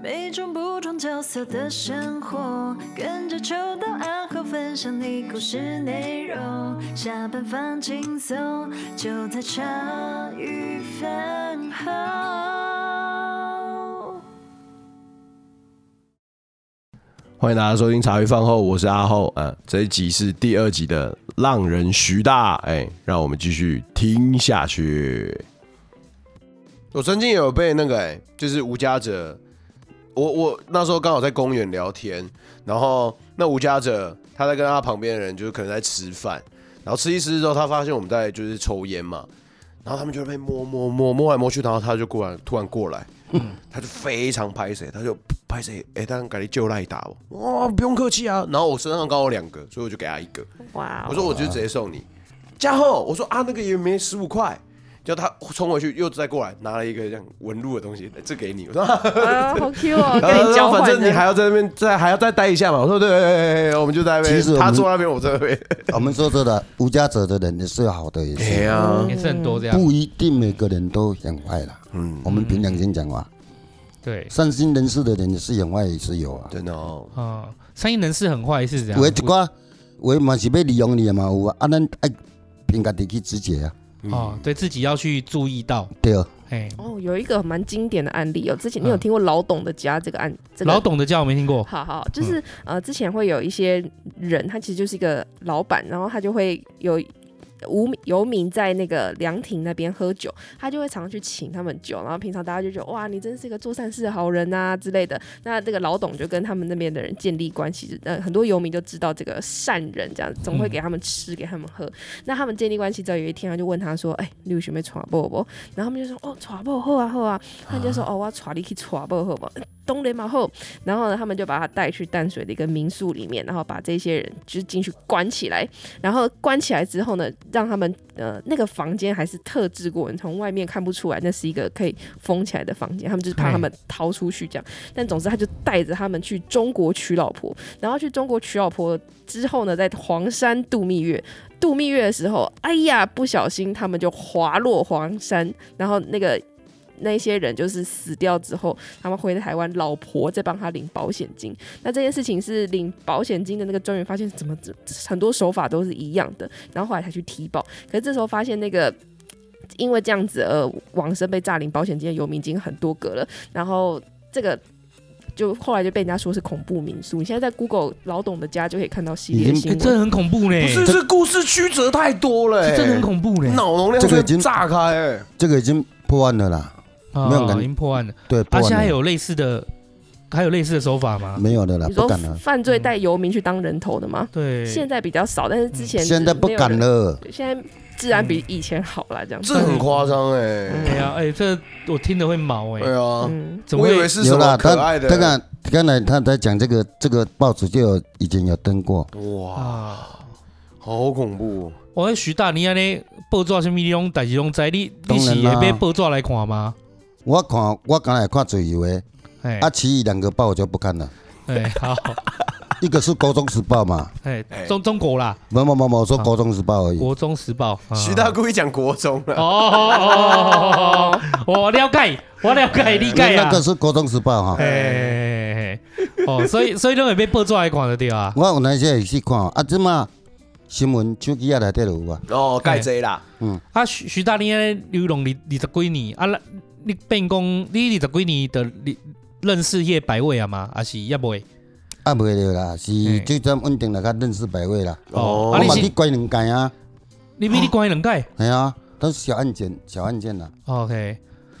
每种不同角色的生活，跟着秋到暗号分享你故事内容。下班放轻松，就在茶余饭后。欢迎大家收听茶余饭后，我是阿后。呃，这一集是第二集的浪人徐大，哎，让我们继续听下去。我曾经有被那个、哎，就是无家者，我我那时候刚好在公园聊天，然后那无家者他在跟他旁边的人，就是可能在吃饭，然后吃一吃之后，他发现我们在就是抽烟嘛，然后他们就被摸摸摸摸来摸去，然后他就过来突然过来，他就非常拍谁，他就拍谁，哎、他赶紧就赖打我，哦，不用客气啊。然后我身上刚好两个，所以我就给他一个。哇我说我就直接送你，加厚，我说啊那个也没十五块，叫他冲回去又再过来拿了一个这样纹路的东西，这给你。我说，啊， 好 Q 哦，然后他跟你说交呃反换正你还的。要在那边再还要再待一下嘛。我说对对对对，对我们就在那其实我边，们他坐那边，我这边。 我们说真的，无家者的人也是好的，也哎是呀，也是很多这样。嗯不一定每个人都很坏啦。嗯，我们凭良心讲话，嗯对，善心人士的人也是很坏，也是有啊。真的哦，啊，三一人是很坏啊是这样。有的一寡，有的嘛是要利用你的嘛有啊，啊咱爱凭家己去直觉啊，哦，对自己要去注意到，对啊，哎，哦，有一个蛮经典的案例哦，之前你有嗯听过老董的家这个案？这个老董的教我没听过，好好，就是、呃，之前会有一些人，他其实就是一个老板，然后他就会有无游民在那个凉亭那边喝酒，他就会常常去请他们酒，然后平常大家就觉得哇，你真是个做善事的好人啊之类的。那这个老董就跟他们那边的人建立关系，呃，很多游民就知道这个善人这样，总会给他们吃，给他们喝。那他们建立关系之后，有一天他就问他说：“哎、你有准备传播不？”然后他们就说：“哦，传播好啊好啊。”他就说：“哦，我传你去传播好不好？东雷马后。”然后呢，他们就把他带去淡水的一个民宿里面，然后把这些人就是进去关起来。然后关起来之后呢，让他们呃那个房间还是特制过，你从外面看不出来那是一个可以封起来的房间。他们就是怕他们逃出去这样。但总之，他就带着他们去中国娶老婆，然后去中国娶老婆之后呢，在黄山度蜜月。度蜜月的时候，哎呀，不小心他们就滑落黄山，然后那个那些人就是死掉之后，他们回台湾，老婆在帮他领保险金。那这件事情是领保险金的那个专员发现，怎么这很多手法都是一样的，然后后来才去提报。可是这时候发现那个。因为这样子，呃，往生被诈领保险金的游民已经很多个了，然后这个就后来就被人家说是恐怖民宿。你现在在 Google 老董的家就可以看到系列已经新哎闻，这很恐怖呢，不是，这故事曲折太多了，哎这真的很恐怖呢，脑容量这个会已经炸开，哎这个已经破案了啦，啊没有感已经破案了。对，啊，破现在案了，有类似的，还有类似的手法啊吗？没有的啦，你不说敢了，犯罪带游民去当人头的吗？对，现在比较少，但是之前现在不没有敢人了，对现在治安比以前好啦，这样这子。很夸张哎。哎呀，哎，这我听得会毛哎对，啊，嗯，怎么我以会为？是什有啦，么可他爱的，他刚刚才他在讲这个这个报纸就有已经有登过，哇，啊，好恐怖哦！我说徐大，你安尼报纸什么用，代志拢知，你当你然啦是会被报纸来看吗？我看我刚才看最以为，哎啊，其余两个报我就不看了，哎， 好，一个是《国中时报》嘛，哎哎，中中国啦，没没没没，我啊说《国中时报》而已，国中时报，啊徐大故意讲国中了，哦 哦哦哦，我了解，我了解，理解那啊个。是《国中时报》哈。哎，哦，所以所以都会被报纸来看得对啊。我有那些也去看啊，即嘛新闻手机啊内底就有啊， 哦，盖贼啦，啊，徐徐大，你安尼流浪二二十几年啊，你变工你二十几年的你认识迄百位啊嘛，还是也未？啊袂着啦，是嘿即阵稳定来较认识百位啦。哦我啊你嘛是去关两间啊，你比你乖两届系啊，都是小案件，小案件啦，啊，OK，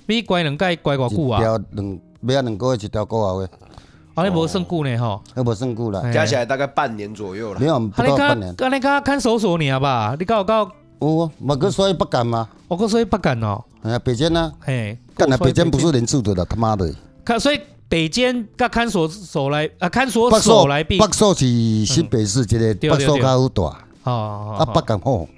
比你乖两届乖偌久一啊？条两尾啊两个月一条个月话，啊，你无算久呢吼。还无算久啦，哎加起来大概半年左右了没。有不啊，你到半敢年。啊，你敢看守所尔吧？你敢有到有啊，嘛个所以不敢嘛，我讲所以不敢哦，哎呀，北京啊，嘿，干了北京不是人住的啦，他妈的，看，所以北监甲看守所来啊，看守北所所来比哦嗯北所是新北市一个对北所对较大，哦，啊，北港吼，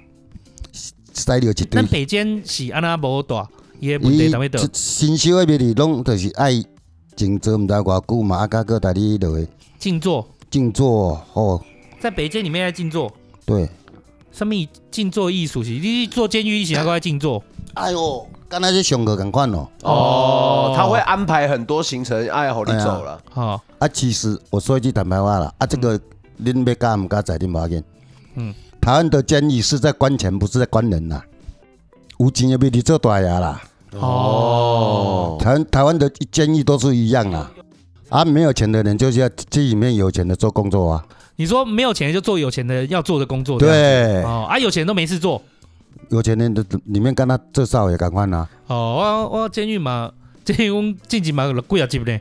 塞了一堆咱。北监是安那无大，伊个问题伊在咩倒？这新修的庙里拢就是爱静坐，毋知偌久嘛，啊，甲个带你落去静坐，静坐哦，在北监里面在静坐，对。什么静坐艺术是？你去做监狱是还在静坐？哎哟，敢若去上课共款哦。哦，他会安排很多行程，哎，好，你哎呀走了，好，啊，其实我说一句坦白话啦，啊，这个恁要干唔敢在恁无要紧。嗯嗯，台湾的监狱是在关钱，不是在关人呐。有钱也比你做大牙啦。哦，台湾台湾的监狱都是一样啦。啊，没有钱的人就是要去里面有钱的做工作啊。你说没有钱就做有钱的要做的工作，这样对，哦啊，有钱人都没事做有钱人的里面干他做少也赶快啦。哦，我我监狱嘛， 监狱我进去嘛有几啊集 呢，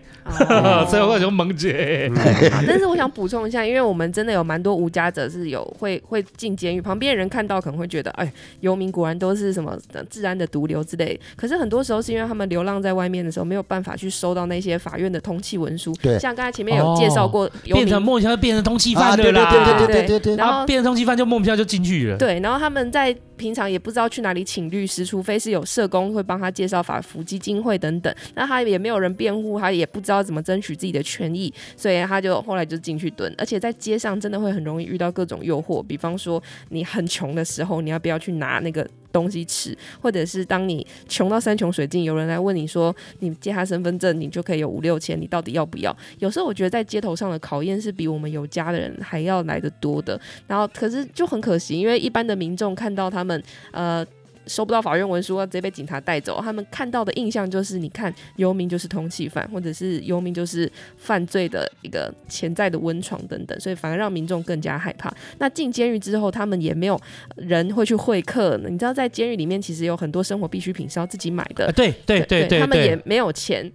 哦所以我就萌姐，嗯好但是我想补充一下，因为我们真的有蛮多无家者是有会会进监狱，旁边人看到可能会觉得，哎，游民果然都是什么呃治安的毒瘤之类。可是很多时候是因为他们流浪在外面的时候，没有办法去收到那些法院的通气文书。对像刚才前面有介绍过游变民。成莫名其妙变成通缉啊，犯对了对啦，对对对对对对对。然啊，后变成通缉犯就莫名其妙就进去了，对，然后他们在平常也不知道去哪里请律师，除非是有社工会帮他介绍法服基金会等等。那他也没有人辩护，他也不知道怎么争取自己的权益，所以他就后来就进去蹲。而且在街上真的会很容易遇到各种诱惑，比方说你很穷的时候，你要不要去拿那个东西吃，或者是当你穷到山穷水尽，有人来问你说你借他身份证，你就可以有五六千，你到底要不要？有时候我觉得在街头上的考验是比我们有家的人还要来得多的。然后可是就很可惜，因为一般的民众看到他们呃。收不到法院文书，直接被警察带走。他们看到的印象就是，你看游民就是通缉犯，或者是游民就是犯罪的一个潜在的温床等等，所以反而让民众更加害怕。那进监狱之后，他们也没有人会去会客。你知道，在监狱里面其实有很多生活必需品是要自己买的啊，对对对对他们也对，没有钱。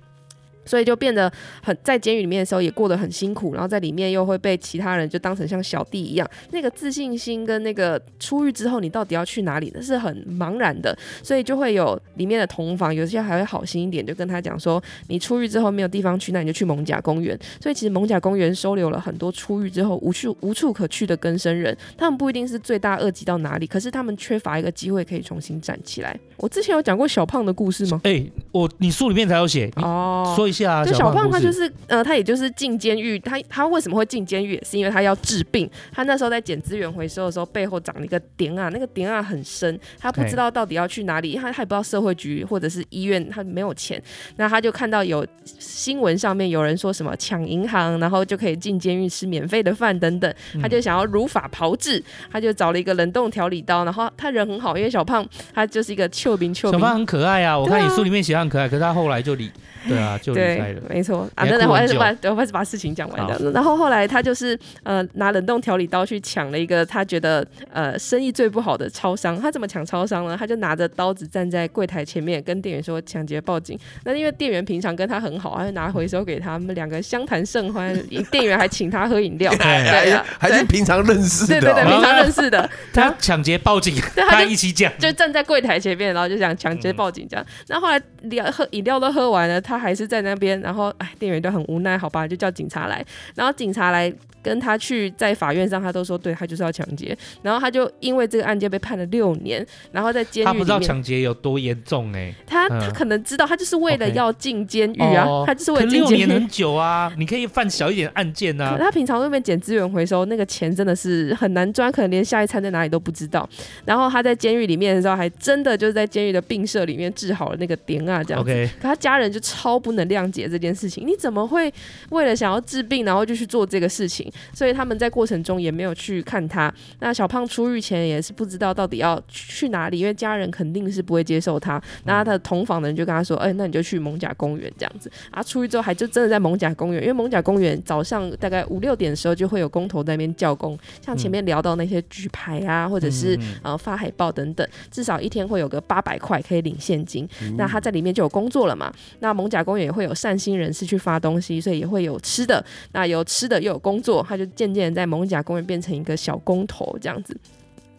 所以就变得很在监狱里面的时候也过得很辛苦，然后在里面又会被其他人就当成像小弟一样，那个自信心跟那个出狱之后你到底要去哪里，那是很茫然的。所以就会有里面的同房，有些还会好心一点，就跟他讲说，你出狱之后没有地方去，那你就去蒙甲公园。所以其实蒙甲公园收留了很多出狱之后无处无处可去的更生人，他们不一定是罪大恶极到哪里，可是他们缺乏一个机会可以重新站起来。我之前有讲过小胖的故事吗？哎，我你书里面才有写，你哦，说一下啊就小胖胖的他故就事是呃，他也就是进监狱，他他为什么会进监狱，也是因为他要治病。他那时候在捡资源回收的时候，背后长了一个点啊，那个点啊很深，他不对知道到底要去哪里，他他也不知道社会局或者是医院，他没有钱，那他就看到有新闻上面有人说什么抢银行，然后就可以进监狱吃免费的饭等等，嗯他就想要如法炮制，他就找了一个冷冻调理刀，然后他人很好，因为小胖他就是一个丘兵丘小兵胖很可爱啊，我看对你啊书里面写他很可爱，可是他后来就离，对啊，就离开对了，。没错啊，你还那那哭我很还是久把我还是把事情讲完好的。然后后来他就是呃拿冷冻调理刀去抢了一个他觉得呃生意最不好的超商。他怎么抢超商呢？他就拿着刀子站在柜台前面跟店员说抢劫报警。那因为店员平常跟他很好，他就拿回收给他们两个相谈甚欢。店员还请他喝饮料，哎对啊还是平常认识对的对对，哦，平常认识的。他抢劫报警，对他他就一起讲，就站在柜台前面，然后就想嗯抢劫报警这样。那后来聊喝饮料都喝完了，他还是在那边，然后哎，店员就很无奈，好吧，就叫警察来。然后警察来跟他去在法院上，他都说对他就是要抢劫。然后他就因为这个案件被判了六年，然后在监他狱不里知道面。抢劫有多严重哎、他嗯他可能知道，他就是为了 OK 要进监狱啊，哦他就是为可了进六监年狱 很。久啊，你可以犯小一点案件可啊。他平常那边捡资源回收，那个钱真的是很难赚，可能连下一餐在哪里都不知道。然后他在监狱里面的时候，还真的就是在监狱的病舍里面治好了那个点啊，这样子。 OK，可他家人就超不能谅解这件事情，你怎么会为了想要治病，然后就去做这个事情？所以他们在过程中也没有去看他。那小胖出狱前也是不知道到底要去哪里，因为家人肯定是不会接受他。那他的同房的人就跟他说：“哎、那你就去蒙甲公园这样子。”啊，出狱之后还就真的在蒙甲公园，因为蒙甲公园早上大概五六点的时候就会有工头在那边叫工，像前面聊到那些举牌啊，或者是、呃发海报等等，至少一天会有个八百块可以领现金。那他在里面就有工作了嘛。那蒙甲公园也会有善心人士去发东西，所以也会有吃的。那有吃的又有工作，他就渐渐地在蒙甲公园变成一个小工头这样子。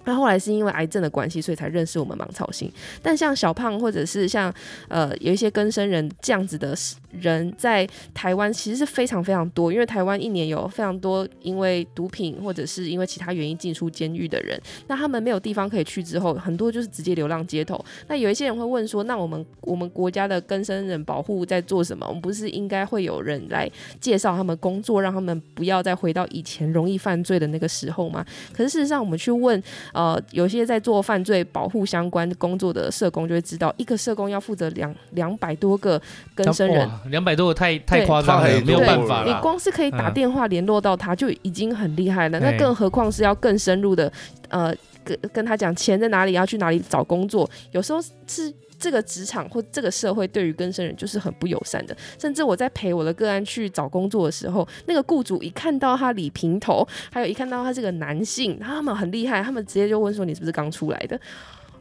那后来是因为癌症的关系，所以才认识我们芒草心。但像小胖或者是像呃有一些更生人这样子的人，在台湾其实是非常非常多，因为台湾一年有非常多因为毒品或者是因为其他原因进出监狱的人。那他们没有地方可以去之后，很多就是直接流浪街头。那有一些人会问说，那我们我们国家的更生人保护在做什么？我们不是应该会有人来介绍他们工作，让他们不要再回到以前容易犯罪的那个时候吗？可是事实上，我们去问呃，有些在做犯罪保护相关工作的社工就会知道，一个社工要负责两两百多个更生人。两百多太太夸张太了，多没有对办法你啦。光是可以打嗯电话联络到他就已经很厉害了，那嘿更何况是要更深入的，呃，跟跟他讲钱在哪里，要去哪里找工作，有时候是。这个职场或这个社会对于更生人就是很不友善的，甚至我在陪我的个案去找工作的时候，那个雇主一看到他理平头，还有一看到他是个男性，他们很厉害，他们直接就问说你是不是刚出来的？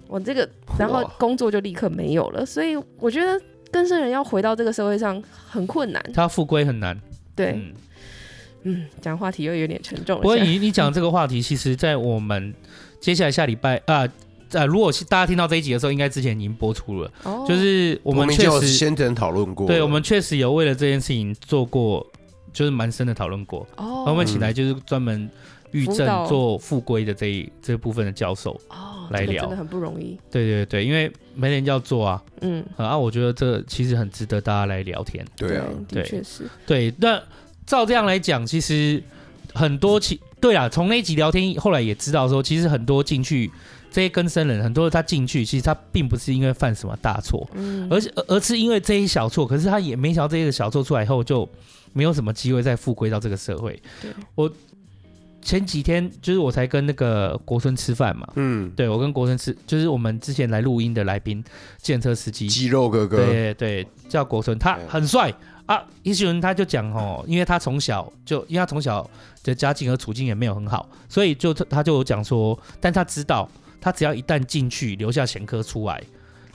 我这个，然后哇工作就立刻没有了。所以我觉得更生人要回到这个社会上很困难。他复归很难。对，嗯嗯，讲话题又有点沉重了。不过现在你你讲这个话题，其实，在我们接下来下礼拜啊啊、呃如果是大家听到这一集的时候，应该之前已经播出了。哦就是我我们们确就实，先前讨论过，对我们确实有为了这件事情做过，就是蛮深的讨论过。哦，我们请来就是专门预辅症导做复归的这一这部分的教授。哦，来这个聊真的很不容易。对对对，因为没人要做啊，嗯，呃啊，我觉得这其实很值得大家来聊天。对啊，的对确是。对，那照这样来讲，其实很多其对啦，从那一集聊天后来也知道说，其实很多进去这些更生人，很多他进去，其实他并不是因为犯什么大错，嗯，而且而而是因为这一小错，可是他也没想到这个小错出来后就没有什么机会再复归到这个社会对。我前几天就是我才跟那个国春吃饭嘛，嗯，对我跟国春吃，就是我们之前来录音的来宾，建车司机，肌肉哥哥，对对，叫国春，他对很帅啊。一些人他就讲哦，因为他从小就，因为他从小的家境和处境也没有很好，所以就他就有讲说，但他知道，他只要一旦进去留下前科出来，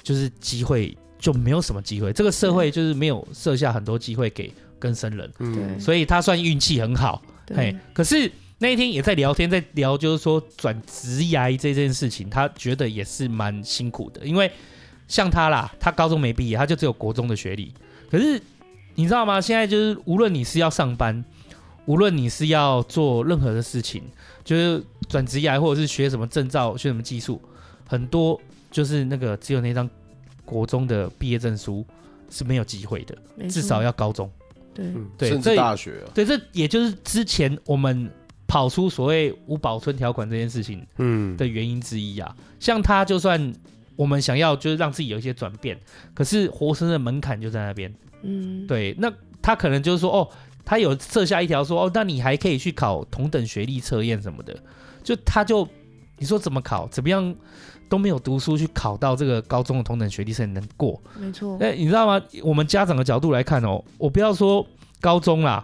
就是机会就没有什么机会，这个社会就是没有设下很多机会给更生人，嗯对，所以他算运气很好。嘿对，，可是那一天也在聊天，在聊就是说转职涯这件事情，他觉得也是蛮辛苦的，因为像他啦，他高中没毕业，他就只有国中的学历。可是你知道吗？现在就是无论你是要上班，无论你是要做任何的事情，就是转职涯或者是学什么证照、学什么技术，很多就是那个只有那张国中的毕业证书是没有机会的，没错至少要高中。对嗯对甚这至大学啊，对，这也就是之前我们跑出所谓无保村条款这件事情嗯，的原因之一啊。像他，就算我们想要就是让自己有一些转变，可是活生生的门槛就在那边。嗯，对，那他可能就是说，哦，他有设下一条说，哦，那你还可以去考同等学历测验什么的，就他就你说怎么考，怎么样都没有读书去考到这个高中的同等学历才能过，没错。哎、你知道吗？我们家长的角度来看哦，我不要说高中啦，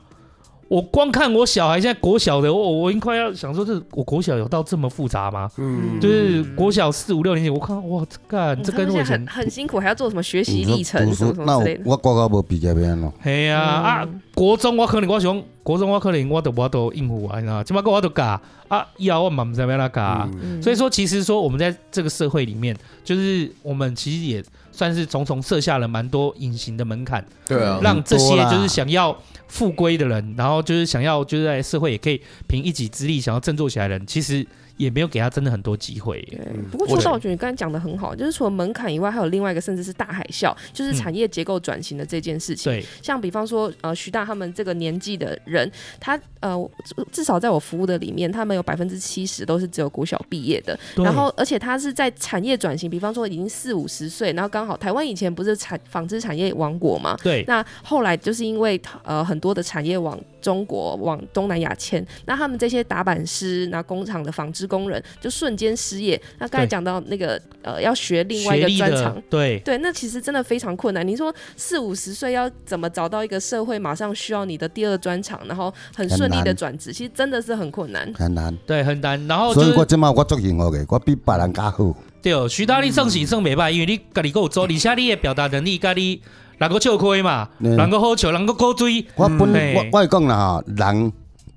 我光看我小孩现在国小的，我我已经快要想说这我国小有到这么复杂吗？嗯，就是国小四五六年级，我看哇，这干嗯这他们跟我现在以前很，很辛苦，还要做什么学习你说历程嗯读什么书什那么我之类的。我国考无毕业要安怎？嘿呀啊嗯国中我可能我想，国中我可能我都我都应付完啊，起码我都嘎啊，以后我嘛不知道要哪嘎。嗯嗯所以说，其实说我们在这个社会里面，就是我们其实也算是重重设下了蛮多隐形的门槛。对啊，让这些很多啦就是想要复归的人，然后就是想要就是在社会也可以凭一己之力想要振作起来的人，其实也没有给他真的很多机会耶。对嗯，不过我邱觉道我觉得你刚才讲的很好，就是除了门槛以外，还有另外一个，甚至是大海啸，就是嗯产业结构转型的这件事情。对，像比方说，呃，徐大他们这个年纪的人，他呃，至至少在我服务的里面，他们有百分之七十都是只有国小毕业的。然后，而且他是在产业转型，比方说已经四五十岁，然后刚好台湾以前不是产纺织产业王国嘛，对那后来就是因为呃很多的产业往中国、往东南亚迁，那他们这些打板师、那工厂的纺织工人就瞬间失业。那刚才对讲到那个呃要学另外一学个历专长的，对对，那其实真的非常困难。你说四五十岁要怎么找到一个社会马上需要你的第二专长，然后很很顺利难的转职，其实真的是很困难。很难。对很难。然哦后就所以我是即马我足幸福的，我比别人较好。对哦徐大力胜喜胜美败，因为你家己够做，而且你的表达能力，家己能够笑亏嘛，嗯能够好笑，能够够追，嗯我本嘿我我是讲啦吼，人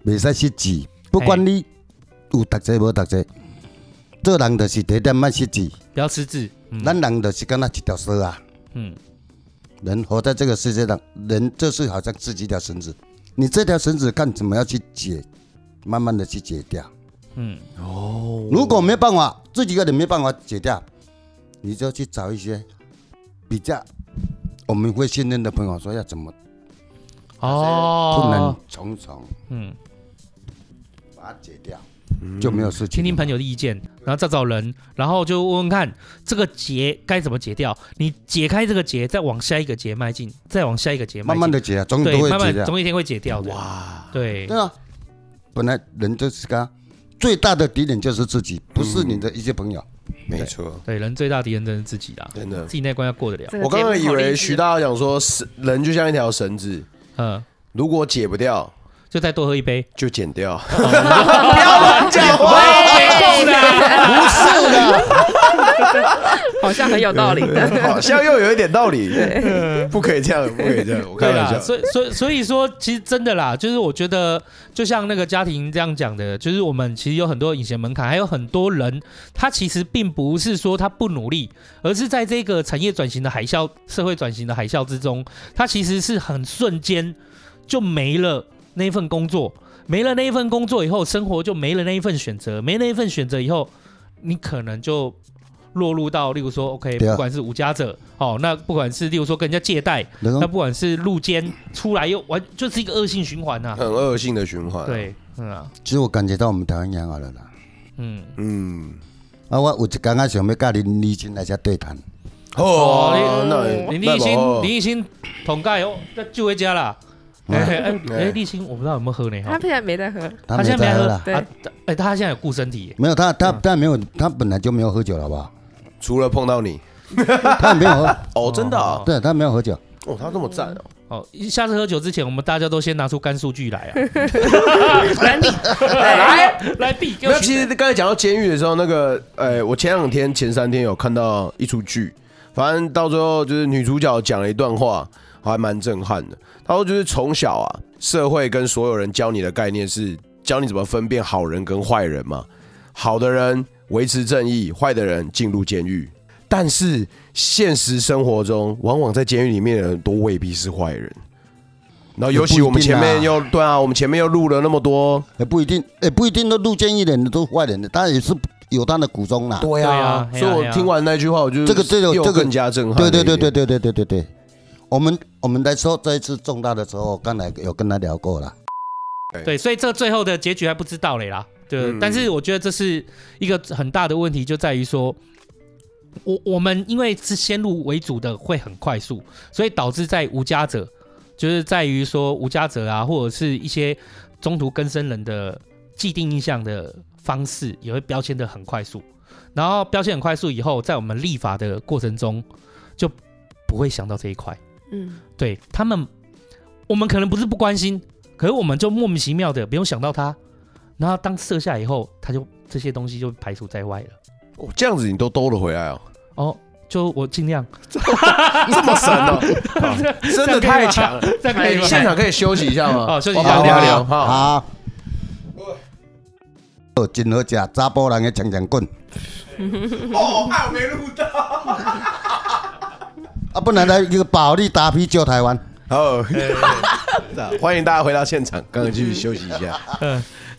袂使失志，不管你有读册无读册，做人就是第一点莫失志。不要失智。嗯咱人就是敢若一条蛇啊，嗯，人活在这个世界上，人就是好像是一条绳子，你这条绳子看怎么样去解，慢慢的去解掉。嗯，哦，如果没办法，自己一个人没办法解掉，你就去找一些比较我们会信任的朋友，说要怎么哦，困难重重嗯，把它解掉。就没有事情。听嗯听朋友的意见，然后找找人，然后就问问看这个结该怎么解掉。你解开这个结，再往下一个结迈进，再往下一个结迈慢进，慢的解啊，总有对都，会慢解慢的啊。总有一天会解掉的。哇，对对啊，本来人就是个最大的敌人就是自己，嗯不是你的一些朋友。没错，对，人最大敌人真的是自己啦，真的自。己那关要过得了。这个我刚刚节以目好为励志啊哦徐大讲说，是人就像一条绳子，嗯，如果解不掉就再多喝一杯。就剪掉。喂不是的， 好像很有道理的。好像又有一点道理，不可以这样，不可以这样，我开对玩笑。啦，所以所以 所以说，其实真的啦，就是我觉得，就像那个家庭这样讲的，就是我们其实有很多隐形门槛，还有很多人，他其实并不是说他不努力，而是在这个产业转型的海啸、社会转型的海啸之中，他其实是很瞬间就没了那份工作，没了那一份工作以后，生活就没了那一份选择，没了那一份选择以后，你可能就。落入到，例如说，OK，对啊不管是无家者，哦，那不管是例如说跟人家借贷，然后那不管是路肩出来又完，就是一个恶性循环呐、很恶性的循环。，对，嗯啊，其实我感觉到我们台湾养好了啦。嗯，嗯，啊，我有一刚刚想要甲林李金来遮对谈，哦，你那哦林立新，那林立新桶盖哦，那就回家啦。哎哎哎，立新，我不知道有没有喝呢他哈，现在没在喝，他他没现有在没在喝喝了，对啊他哎，他现在有顾身体耶，没有他他嗯他没有他本来就没有喝酒了，好 不好？除了碰到你，他没有喝，哦，真的啊，对他没有喝酒，哦，他这么赞哦，哦，下次喝酒之前，我们大家都先拿出干数据来 啊，来比，来来来比，给没我有，其实刚才讲到监狱的时候，那个，呃，我前两天、前三天有看到一出剧，反正到最后就是女主角讲了一段话，还蛮震撼的。她说就是从小啊，社会跟所有人教你的概念是教你怎么分辨好人跟坏人嘛，好的人维持正义，坏的人进入监狱。但是现实生活中，往往在监狱里面的人都未必是坏人。然后，尤其我们前面又对啊，我们前面又录了那么多，也不一定，也不一定都入监狱的人都坏人的，他也是有他的苦衷啦。对啊所以嘿啊我嘿啊听完那句话，我就这个这个又这个更加震撼了对一对点。对对对对对对对，我们我们来说这一次重大的时候，刚才有跟他聊过了，对，所以这最后的结局还不知道嘞啦。对，嗯但是我觉得这是一个很大的问题，就在于说，我我们因为是先入为主的，会很快速，所以导致在无家者，就是在于说无家者啊，或者是一些中途更生人的既定印象的方式，也会标签的很快速。然后标签很快速以后，在我们立法的过程中，就不会想到这一块。嗯，对他们，我们可能不是不关心，可是我们就莫名其妙的没有想到他，然后当射下以后，他就这些东西就排除在外了。哦这样子你都兜了回来哦， 哦，就我尽量，这么神 哦，好 真的太强了。再可以哎现场可以休息一下吗？哦休息一下我好好聊聊聊好。好。哦，真好食，查甫人的强强棍。哦，害我没录到。啊，不然来一个保利达啤酒台湾。 好，欢迎大家回到现场，刚刚继续休息一下。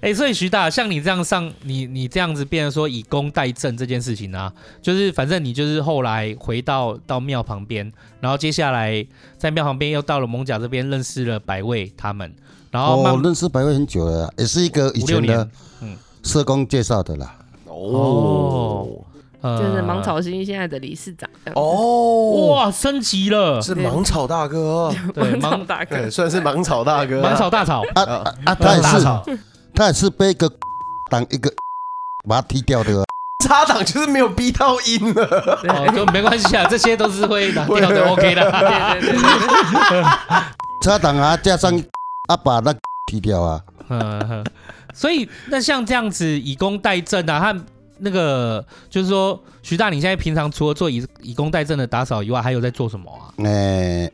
哎、所以徐大，像你这样上，你你这样子变成说以公代政这件事情啊，就是反正你就是后来回到到庙旁边，然后接下来在庙旁边又到了蒙甲这边认识了百位他们，然后慢哦，认识百惠很久了啦，也是一个以五六前的年，社工介绍的啦。哦呃就是芒草心现在的理事长这样子。哦，哇升级了，是芒草大哥哦， 对芒芒草大哥对，，算是芒草大哥啊。芒草大 嗯草。啊啊啊，他也大 是，草，他也是被一个当一个把他踢掉的啊。插档就是没有逼到音了。哦，就没关系啊，这些都是 会拿掉的，OK 的。对对对对对，车档啊，加上啊，把那踢掉啊。 嗯哼所以那像这样子以工代政啊，他那个就是说，徐大，你现在平常除了做以以工代政的打扫以外，还有在做什么啊？哎，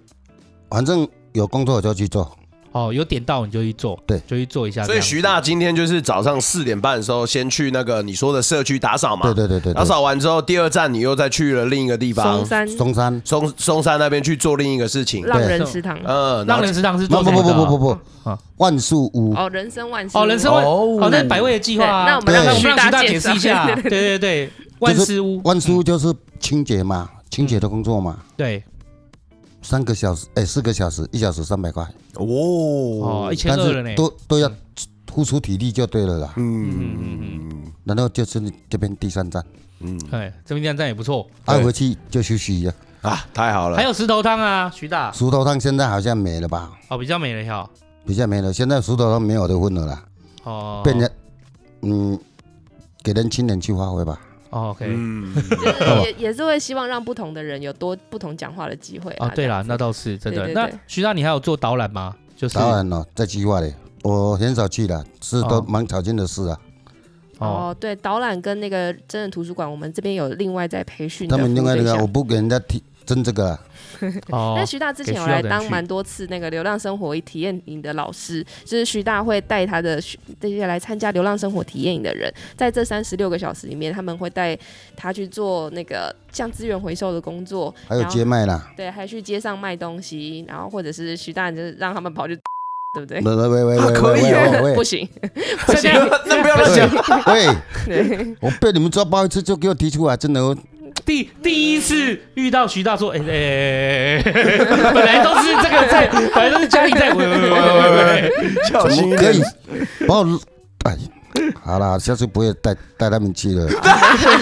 反正有工作我就去做。哦，有点到你就去做，对就去做一下这所以样子。徐大今天就是早上四点半的时候，先去那个你说的社区打扫嘛。对对对对打对。扫完之后，第二站你又再去了另一个地方松，山中山。松松山那边去做另一个事情。浪人食堂嗯，然让后人食堂是不做不什不么的不啊不不啊不，万树屋。哦，人生万事哦，人生万哦哦，那百味的计划啊，对那我们让那我徐们让大啊介徐大解释绍一下，对对对 对，万就是事屋，万树屋就是清洁嘛，清洁的工作嘛，对，三个小时，哎，四个小时，一小时三百块，哦哦，一千但二了是呢，都都要嗯付出体力就对了啦。嗯嗯然后就是这边第三站，嗯，哎，这边这样站也不错。爱回去就休息一下。啊，太好了还，有石头汤啊，徐大，石头汤现在好像没了吧？哦，比较美了哈。比较没了，现在石头汤没有的混了啦，哦，变成嗯，给年轻人去发挥吧。哦，OK，嗯，就是也也是会希望让不同的人有多不同讲话的机会哦，对啦这样啦，子，那倒是真的。对对对那徐大，你还有做导览吗？就是当然了，在计划里，我很少去了，是都哦蛮草根的事啊。哦，哦，对，导览跟那个真人图书馆，我们这边有另外在培训的他们另外服那务对个，象我不给人家提争 这个啊，哦那，徐大之前给有需要来的人当去蛮多次那个流浪生活体验营的老师，就是徐大会带他的学这些来参加流浪生活体验营的人，在这三十六个小时里面，他们会带他去做那个像资源回收的工作，还有然后接麦啦。对，还去街上卖东西，然后或者是徐大就是让他们跑去， 对不对？啊喂喂喂喂 喂可以喂喂不喂行，现在那不要乱讲， 喂，对，我被你们抓包一次就给我提出来，真的哦，第第一次遇到徐大说，哎哎哎哎哎，本来都是这个在，本来都是家里在，喂喂喂喂喂，小怎心么一可点以，把我哎，好啦，下次不会带带他们去了。啊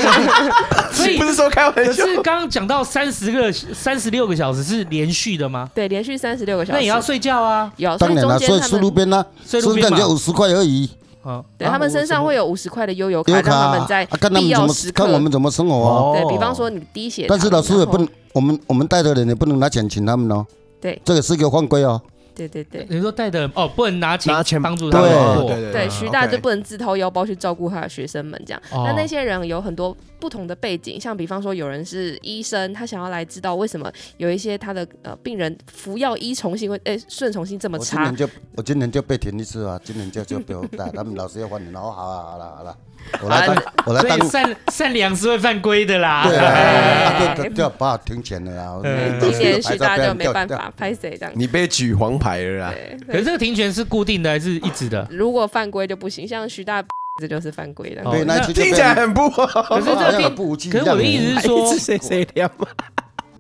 所以不是说开玩可笑，是刚刚讲到三十个、三十六个小时是连续的吗？对，连续三十六个小时，那也要睡觉啊，有，所当以然啦，中所间以他是路们。边啦，睡路所以边感嘛觉。五十块而已，嗯，对啊他们身上会有五十块的悠游卡，有让卡他啊们在啊看他必们怎要么时刻，看我们怎么生活啊。对比方说你滴血糖，但是老师也然后不能，我们我们带的人也不能拿钱请他们哦。对这个是一个犯规哦。对对对，你说带的哦，不能拿钱拿钱帮助他们对过。对对，徐大就 OK 不能自掏腰包去照顾他的学生们这样。哦那那些人有很多不同的背景，像比方说有人是医生，他想要来知道为什么有一些他的呃病人服药依从性会诶顺从性这么我今差年。就我今年就被停一次啊，今年就就不用带，他们老师要换人了。哦，好了好了好了，我来当我来所当以善善良是会犯规的啦。对啊啊，哎就就就把我停钱了啊！我嗯今年徐大就没办。还是要被他们吊法拍谁这样。你被举黄牌了啊啦，对，可是这个停权是固定的还是一直的？如果犯规就不行，像徐大 这就是犯规的哦。对，那一次就被听起来很不好。可是这好个像定很不无稽一可样哎是我的意思是说，谁谁聊？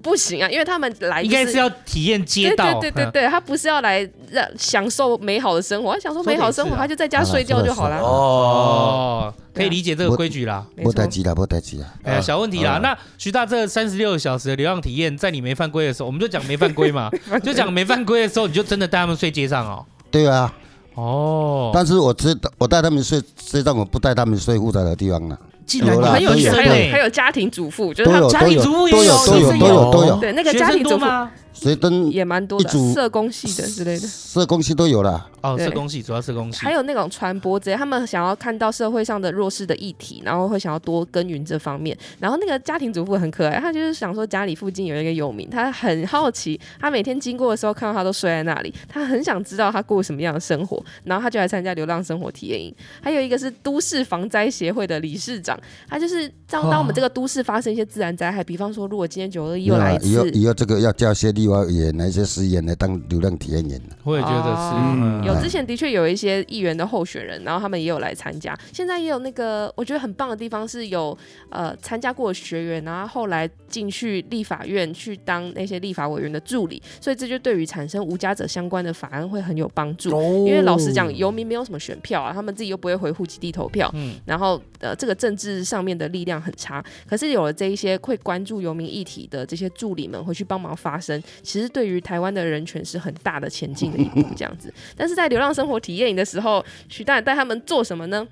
不行啊，因为他们来应该就是要体验街道。对对对对嗯对，他不是要来让享受美好的生活，他享受美好生说得也活，是啊他就在家睡觉就好好了。啦哦，哦，可啊以理解这个规矩啦。没不错待，急了，不待急了。哎呀，小问题啦。嗯那徐大这三十六小时的流浪体验，在你没犯规的时候，我们就讲没犯 规嘛，就讲没犯规的时候，你就真的带他们睡街上哦。对啊，哦，但是我知道，我带他们睡睡上，我不带他们睡复杂的地方了。竟然有你啦们很有有都趣，学还嘞有还有家庭主妇，就是都他有们家都庭有主都妇有都也有有是都有有都有，对那个学家生庭多主妇吗？学生也蛮多的一，组社工系的之类的，社工系都有了。哦，对社工系主要社工系还。有那种传播之类，他们想要看到社会上的弱势的议题，然后会想要多耕耘这方面。然后那个家庭主妇很可爱，她就是想说家里附近有一个有名，她很好奇，她每天经过的时候看到他都睡在那里，她很想知道他过什么样的生活，然后她就来参加流浪生活体验营。还有一个是都市防灾协会的理事长，他就是当当我们这个都市发生一些自然灾害，比方说如果今天九二一又来一以后次，以后这个要叫一些立法委员、那些司员来当流量体验员了。我也觉得是，哦嗯有之前的确有一些议员的候选人，然后他们也有来参加。现在也有那个我觉得很棒的地方是有呃参加过的学员，然后后来进去立法院去当那些立法委员的助理，所以这就对于产生无家者相关的法案会很有帮助。哦因为老实讲，游民没有什么选票啊，他们自己又不会回户籍地投票，嗯然后呃，这个政治上面的力量很差。可是有了这一些会关注游民议题的这些助理们会去帮忙发声，其实对于台湾的人权是很大的前进的一步，这样子。但是在流浪生活体验营的时候，徐大带他们做什么呢？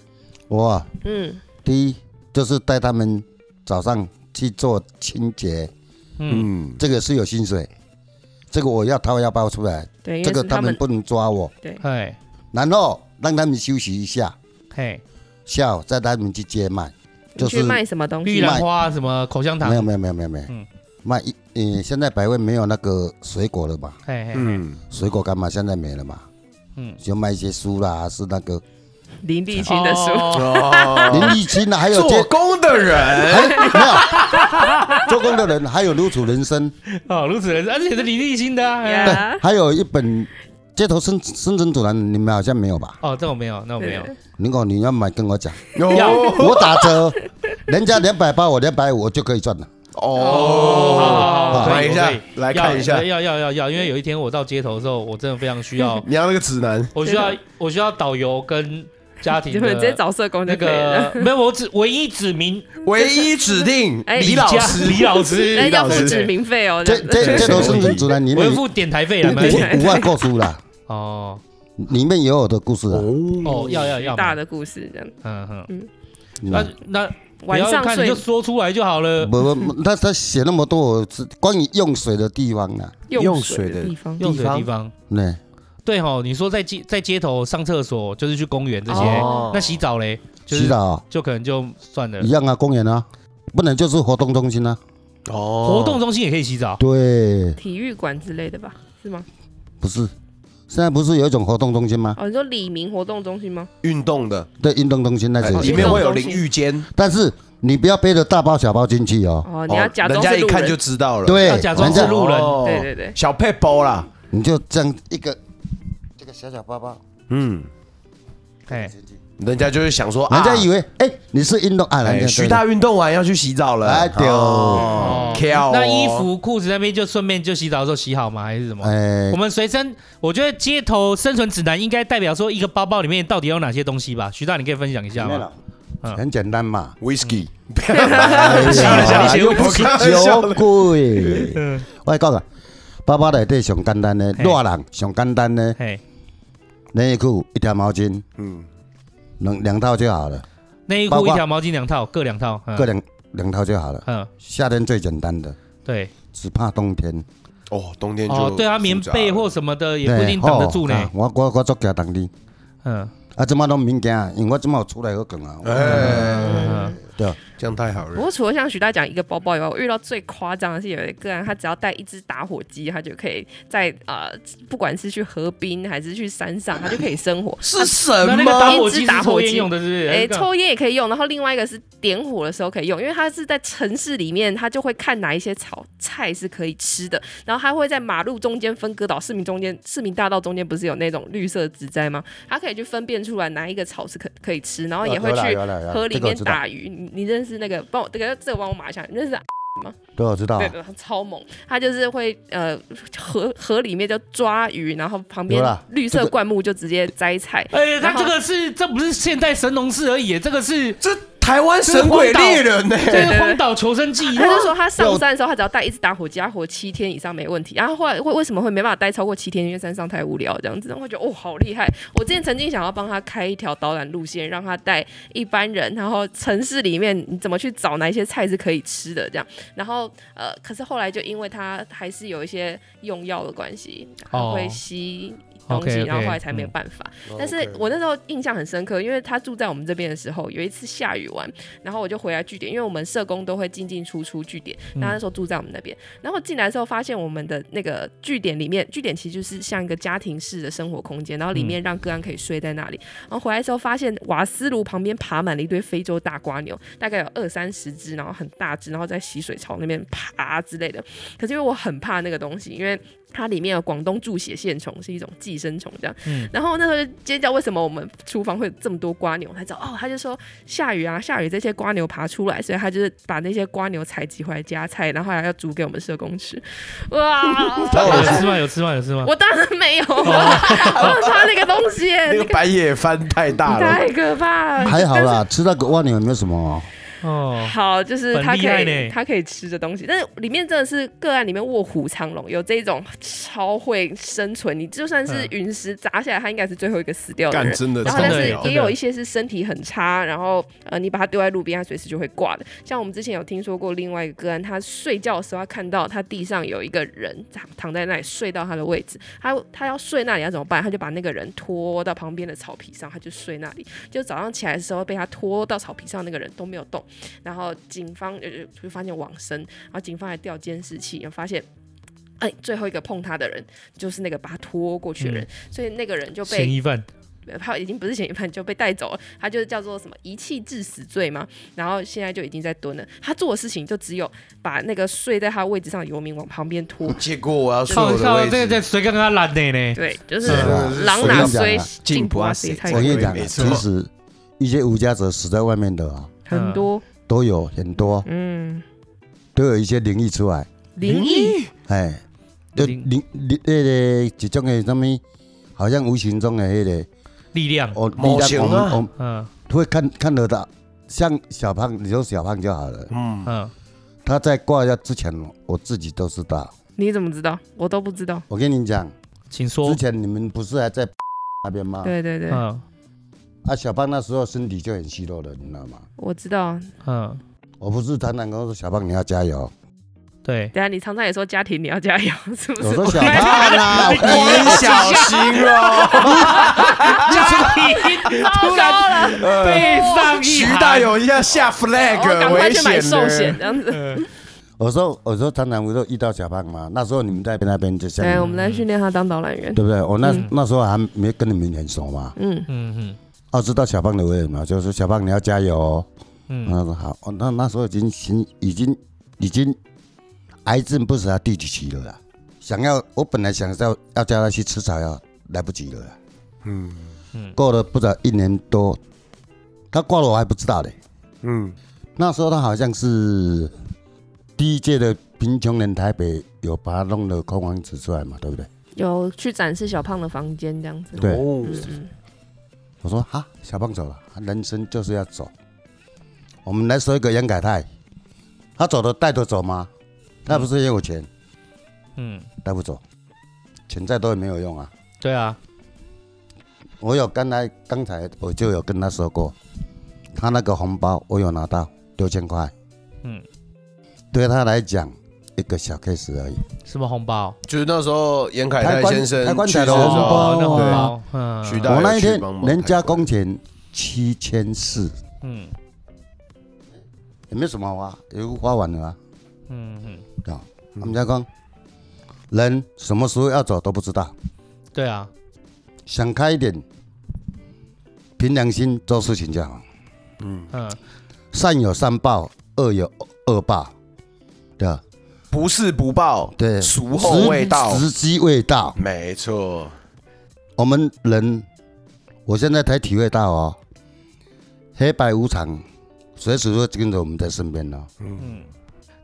哇，嗯，第一就是带他们早上去做清洁，嗯，嗯，这个是有薪水，这个我要掏腰包出来，对，因这为个是他们们不能抓我。嘿，然后让他们休息一下，嘿，下午再带他们去街卖，就去是卖什么东玉西？兰花什么口香糖没，有没有没有没有没有嗯，卖一嗯，现在百味没有那个水果了嘛，嘿嘿，嘿嗯，水果干嘛现在没了嘛，嗯，就卖一些书啦，是那个林立清的书，哦哦，林立清啊啦，还有做街工的人，还没有做工的人，还有如楚人生，哦，如此人生，而且是李立新的啊，哎对呀 Yeah，还有一本街头生生存指南，你们好像没有吧？哦，这我没有，那我没有，如果你要买，跟我讲， 哦我打折，人家两百八，我两百五，我就可以赚了。哦，好哦，好好，可买以一我下可以来看一下要。要要要要，因为有一天我到街头的时候，我真的非常 需要，你要那个指南，我需要我需要导游跟家庭你们直接的找社工那就可以了个。没有，我只唯一指明唯一指定哎李老家师，李老 师，哎李要老付师指名费哦，这这样这这都生存指南里我面会付点台费五了，没关系五五万故事啦，哦里面也有我的故事啊。哦，要要要，大的故事这样。嗯哼，你那呃们那晚不要上看你睡就说出来就好了。不不，他他写那么多，我是关于用水的地方啊，用水水的地方，用水的地地方，对，对吼，你说在街在街头上厕所，就是去公园这些，哦哎那洗澡嘞，就是洗澡就可能就算了啊一。样啊，公园啊，不能就是活动中心啊。哦活动中心也可以洗澡，对，体育馆之类的吧？是吗？不是，现在不是有一种活动中心吗？哦，你说李明活动中心吗？运动的，对，运动中心那哎哦些，里面会有淋浴间，但是你不要背着大包小包进去哦。哦，你要假装人家是一路看人就。知道了，对，哦要假装人是家路人哦对对对，小配包啦，你就这样一个这个小小包包嗯，哎，进去，人家就是想说，人家啊以为哎你是运动啊，人哎家徐大运动完要去洗澡了，哎对哦跳哦那衣服裤子那边就顺便就洗澡的时候洗好吗？还是什么？哎我们随身，我觉得街头生存指南应该代表说一个包包里面到底有哪些东西吧？徐大，你可以分享一下吗？嗯很简单嘛， whisky， 哎吓了吓了吓了嗯又我开玩笑酒的鬼，我讲啊，包包内底上简单的，嘿热人上简单的，嘿，内衣裤一条毛巾，嗯，两两套就好了，内衣包裤括一条，毛巾两套，各两套，嗯各两两套就好了。嗯，夏天最简单的，对，只怕冬天。哦，冬天哦就，对啊，棉被或什么的也不一定挡得住对哦呢啊。我我我足惊当你，嗯，啊，即马拢免惊啊，因为我即马有出来好讲啊。哎，嗯对啊，这样太好不哦了，过除了像徐大讲一个包包以外，我遇到最夸张的是有一个人，他只要带一只打火机，他就可以在呃，不管是去河滨还是去山上，他就可以生火。是什嗯那那个么？打火机一只打是火机抽烟用的，是不是？哎、那个抽烟也可以用，然后另外一个是点火的时候可以用，因为他是在城市里面，他就会看哪一些草菜是可以吃的，然后他会在马路中间分割到市民中间，市民大道中间不是有那种绿色植栽吗？他可以去分辨出来哪一个草是可可以吃，然后哦也会啊有啦去有啦有啦河里这个我面知道打鱼。你你认识那个？帮我这个这个帮我码一下，你认识啊对，我知道对啊。对，他超猛，他就是会呃河河里面就抓鱼，然后旁边有啦绿这色个灌木就直接摘菜。哎，他然后这个是这不是现代神农氏而已，这个是 这台湾神鬼猎人呢？这是荒岛求生记， 他就说他上山的时候，他只要带一只打火机，他活七天以上没问题。然后后来为为什么会没办法待超过七天？因为山上太无聊这样子。然后我觉得哦，好厉害！我之前曾经想要帮他开一条导览路线，让他带一般人，然后城市里面你怎么去找哪一些菜是可以吃的这样。然后呃，可是后来就因为他还是有一些用药的关系，他哦会吸。东西， OK，OK，然后后来才没有办法。哦但是我那时候印象很深刻，因为他住在我们这边的时候，有一次下雨完，然后我就回来据点，因为我们社工都会进进出出据点，那他那时候住在我们那边，然后进来的时候发现我们的那个据点里面，据点其实就是像一个家庭式的生活空间，然后里面让个案可以睡在那里，然后回来的时候发现瓦斯炉旁边爬满了一堆非洲大瓜牛，大概有二三十只，然后很大只，然后在洗水槽那边爬之类的，可是因为我很怕那个东西，因为它里面有广东注血线虫，是一种寄生虫这样。然后那时候就尖叫，为什么我们厨房会有这么多瓜牛？他知道哦，他就说下雨啊，下雨这些瓜牛爬出来，所以他就是把那些瓜牛采集回来夹菜，然后还要煮给我们社工吃。 哇！哦有吃吗？有吃吗？有吃吗？我当然没有啊，我怕那个东西耶，那那个个白野番太大了，太可怕了。还好啦，吃那个蜗牛有没有什么？哦，好，就是它很厉害可呢以它可以吃的东西，但是里面真的是个案里面卧虎藏龙，有这种超会生存，你就算是嗯陨石砸下来，它应该是最后一个死掉的干人。真的，，然后，真但的是有也有一些是身体很差，然后呃，你把它丢在路边，它随时就会挂的。像我们之前有听说过另外一个个案，他睡觉的时候，他看到他地上有一个人躺躺在那里睡到他的位置，他他要睡那里要怎么办？他就把那个人拖到旁边的草皮上，他就睡那里。就早上起来的时候被他拖到草皮上，那个人都没有动。然后警方呃就发现往生，然后警方还调监视器，发现。哎，最后一个碰他的人就是那个把他拖过去的人，所以那个人就被嫌疑犯，他已经不是嫌疑犯，就被带走了。他就是叫做什么遗弃致死罪嘛，然后现在就已经在蹲了。他做的事情就只有把那个睡在他位置上的游民往旁边拖结果我要睡靠我的靠，位这个置在，谁跟他懒的 呢？对，就是啊狼我哪跟你讲啊虽进进不不啊啊谁谁太我跟你讲没啊，错其实一些无家者死在外面的啊，很多，都有很多。嗯，都有一些灵异出来，灵异哎，就灵灵灵那个一种的什么，好像无形中的那个力量，哦，某力量我型啊们我们嗯会看看得到，像小胖，你说小胖就好了，嗯，嗯，他在挂掉之前，我自己都知道。你怎么知道？我都不知道。我跟你讲，请说之，前你们不是还在 那边吗？对对对，嗯啊，小胖那时候身体就很虚弱了，你知道吗？我知道。嗯，我不是常常跟我说小胖你要加油，对，等一下你常常也说家庭你要加油， 是不我是？说小胖啊，你小心哦，家庭突然 背上一徐寒大，有一下下哦 flag，赶快危去买险寿险的。这样子。我说我说常常我说遇到小胖嘛，那时候你们在那边就像对，我们来训练他当导览员。对不对？我那、嗯那时候还没跟你们很熟嘛，嗯，嗯哦，知道小胖的为什么，就是小胖你要加油、哦。嗯那嗯，说好，哦，那那时候已经心已经已经癌症不知道第几期了啦，想要我本来想要要叫他去吃草药，来不及了啦。嗯过了不到一年多，他挂了我还不知道嘞。嗯那时候他好像是第一届的贫穷人台北有把他弄了空房子出来嘛，对不对？有去展示小胖的房间这样子。对哦嗯嗯，我说哈，小胖走了，人生就是要走。我们来说一个杨凯泰，他走的带着走吗？他不是也有钱，嗯，带不走，钱再多也没有用啊。对啊，我有刚才刚才我就有跟他说过，他那个红包我有拿到六千块，嗯，对他来讲一个小 case 而已。什么红包？就是那时候严凯开泰棺先生开棺去材世的的时红包候，哦那红对包，嗯，徐大我那一天有去帮忙人家开棺工钱七千四，嗯也没什么花，也花完了啊。嗯嗯，啊，他们家讲，人什么时候要走都不知道，对啊，想开一点，凭良心做事情就好。嗯，善有善报，恶有恶报，对吧？不是不报，对熟后未到，时机未到。没错，我们人，我现在才体会到哦，黑白无常，随时都跟着我们在身边哦。